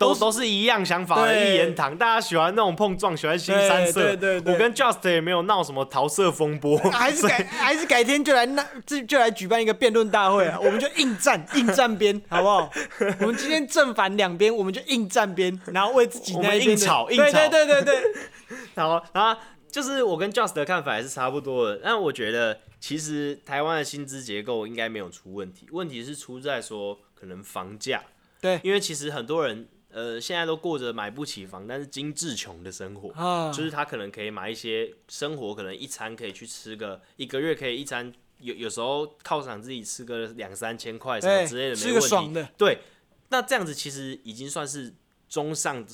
Speaker 2: 都
Speaker 1: 都是
Speaker 2: 都是一样想法的
Speaker 1: 对
Speaker 2: 一言堂，大家喜欢那种碰撞，喜欢新三色。
Speaker 1: 对对对
Speaker 2: 我跟 Just 也没有闹什么桃色风波，
Speaker 1: 还是改还是改天就来那这就来举办一个辩论大会 啊，我们就硬站硬站边，好不好？我们今天正反两边，我们就硬站边，然后为自己
Speaker 2: 我
Speaker 1: 那
Speaker 2: 们
Speaker 1: 一边
Speaker 2: 硬
Speaker 1: 的
Speaker 2: 吵硬
Speaker 1: 对
Speaker 2: 吵
Speaker 1: 对对对 对，
Speaker 2: 然后，然后就是我跟 Just 的看法也是差不多的。但我觉得，其实台湾的薪资结构应该没有出问题，问题是出在说可能房价。
Speaker 1: 对
Speaker 2: 因为其实很多人呃现在都过着买不起房，但是精致穷的生活。
Speaker 1: 啊
Speaker 2: 就是他可能可以买一些生活，可能一餐可以去吃个，一个月可以一餐，有有时候犒赏自己吃个两三千块什么
Speaker 1: 对
Speaker 2: 之类的，没
Speaker 1: 吃
Speaker 2: 问
Speaker 1: 个
Speaker 2: 题
Speaker 1: 爽的
Speaker 2: 对，那这样子其实已经算是中上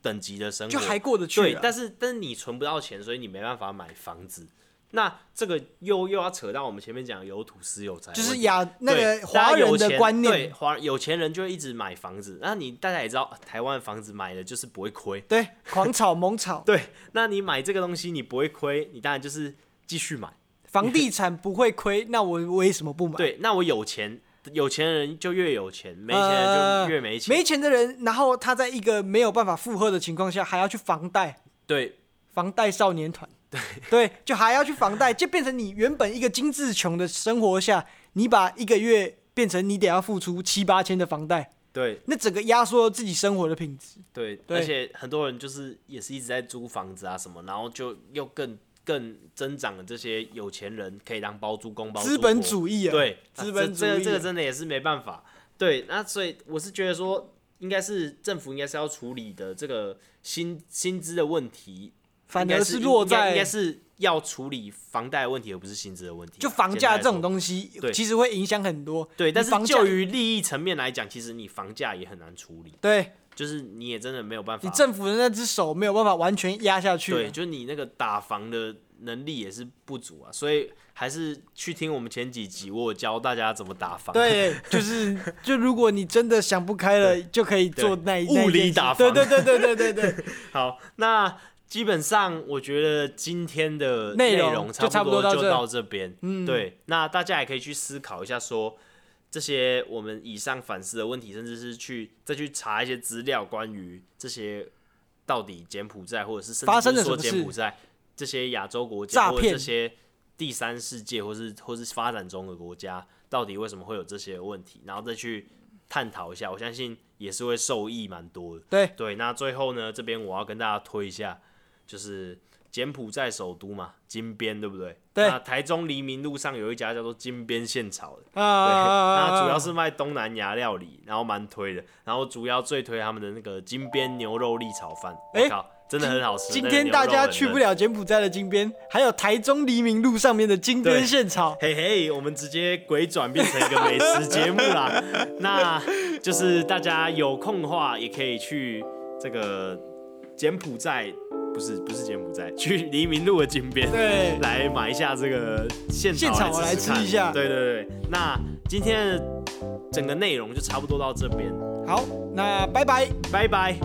Speaker 2: 等级的生活，
Speaker 1: 就还过得去
Speaker 2: 对
Speaker 1: 啊，
Speaker 2: 但是但是你存不到钱，所以你没办法买房子。那这个又又要扯到我们前面讲的有土私有财的问
Speaker 1: 就
Speaker 2: 题，
Speaker 1: 是亚那
Speaker 2: 对
Speaker 1: 个
Speaker 2: 大
Speaker 1: 华
Speaker 2: 家有
Speaker 1: 人的
Speaker 2: 钱
Speaker 1: 观
Speaker 2: 对
Speaker 1: 念，
Speaker 2: 华有钱人就会一直买房子。那你大家也知道，啊台湾的房子买了就是不会亏，
Speaker 1: 对，狂炒猛炒，
Speaker 2: 对，那你买这个东西你不会亏，你当然就是继续买。
Speaker 1: 房地产不会亏，那我为什么不买？
Speaker 2: 对，那我有钱，有钱人就越有钱，没
Speaker 1: 没
Speaker 2: 钱人就越没钱。
Speaker 1: 呃没钱的人，然后他在一个没有办法负荷的情况下，还要去房贷，
Speaker 2: 对
Speaker 1: 房贷少年团，对对，就还要去房贷，就变成你原本一个精致穷的生活下，你把一个月变成你得要付出七八千的房贷，
Speaker 2: 对
Speaker 1: 那整个压缩了自己生活的品质。
Speaker 2: 对，
Speaker 1: 对
Speaker 2: 而且很多人就是也是一直在租房子啊什么，然后就又更更增长了这些有钱人可以当包租公包租
Speaker 1: 资本
Speaker 2: 婆
Speaker 1: 主义啊，
Speaker 2: 对，
Speaker 1: 资
Speaker 2: 啊这
Speaker 1: 本主
Speaker 2: 这个
Speaker 1: 义
Speaker 2: 这个
Speaker 1: 啊
Speaker 2: 真的也是没办法。对，那所以我是觉得说，应该是政府应该是要处理的这个薪薪资的问题，
Speaker 1: 反
Speaker 2: 应该
Speaker 1: 而
Speaker 2: 是
Speaker 1: 落
Speaker 2: 应该
Speaker 1: 在
Speaker 2: 应该是要处理房贷的问题，而不是薪资的问题啊。
Speaker 1: 就房价这种东西
Speaker 2: 对，
Speaker 1: 其实会影响很多。
Speaker 2: 西，对，但是
Speaker 1: 房价
Speaker 2: 就于利益层面来讲，其实你房价也很难处理，
Speaker 1: 对
Speaker 2: 就是你也真的没有办法。
Speaker 1: 你政府的那只手没有办法完全压下去啊。
Speaker 2: 对，就是你那个打房的能力也是不足啊，所以还是去听我们前几集，我有教大家怎么打房。
Speaker 1: 对，就是就如果你真的想不开了，就可以做那一
Speaker 2: 对
Speaker 1: 那一
Speaker 2: 物理
Speaker 1: 件事
Speaker 2: 打
Speaker 1: 对
Speaker 2: 防
Speaker 1: 对对对对对对，
Speaker 2: 好，那基本上我觉得今天的
Speaker 1: 内容
Speaker 2: 容
Speaker 1: 就差
Speaker 2: 差
Speaker 1: 不
Speaker 2: 不
Speaker 1: 多到
Speaker 2: 就
Speaker 1: 这
Speaker 2: 到这边。嗯，对，那大家也可以去思考一下说。这些我们以上反思的问题，甚至是去再去查一些资料，关于这些到底柬埔寨或者是甚
Speaker 1: 发
Speaker 2: 至
Speaker 1: 生
Speaker 2: 不
Speaker 1: 了
Speaker 2: 是说
Speaker 1: 什么
Speaker 2: 柬埔
Speaker 1: 事
Speaker 2: 寨这些亚洲国
Speaker 1: 诈
Speaker 2: 家或者
Speaker 1: 骗
Speaker 2: 这些第三世界或是或是发展中的国家，到底为什么会有这些问题，然后再去探讨一下，我相信也是会受益蛮多的。
Speaker 1: 对
Speaker 2: 对，那最后呢，这边我要跟大家推一下，就是柬埔寨首都嘛，金边，对不对？
Speaker 1: 对
Speaker 2: 那台中黎明路上有一家叫做金边现炒的，
Speaker 1: 啊
Speaker 2: 对，
Speaker 1: 啊啊啊啊
Speaker 2: 那主要是卖东南亚料理，然后蛮推的，然后主要最推他们的那个金边牛肉粒炒饭，我
Speaker 1: 诶
Speaker 2: 靠，真的很好吃。
Speaker 1: 今
Speaker 2: 那个
Speaker 1: 天
Speaker 2: 牛
Speaker 1: 大
Speaker 2: 肉
Speaker 1: 家
Speaker 2: 很
Speaker 1: 去不
Speaker 2: 嫩，
Speaker 1: 了柬埔寨的金边，还有台中黎明路上面的金边
Speaker 2: 对
Speaker 1: 现场。
Speaker 2: 嘿嘿，我们直接鬼转变成一个美食节目 啦。那就是大家有空的话，也可以去这个柬埔寨，不是不是柬埔寨，去黎明路的金边。
Speaker 1: 对，
Speaker 2: 来买一下这个现
Speaker 1: 现炒
Speaker 2: 炒
Speaker 1: 来
Speaker 2: 试
Speaker 1: 吃
Speaker 2: 看
Speaker 1: 一下
Speaker 2: 对对对，那今天的整个内容就差不多到这边，
Speaker 1: 好，那拜拜。
Speaker 2: 拜拜。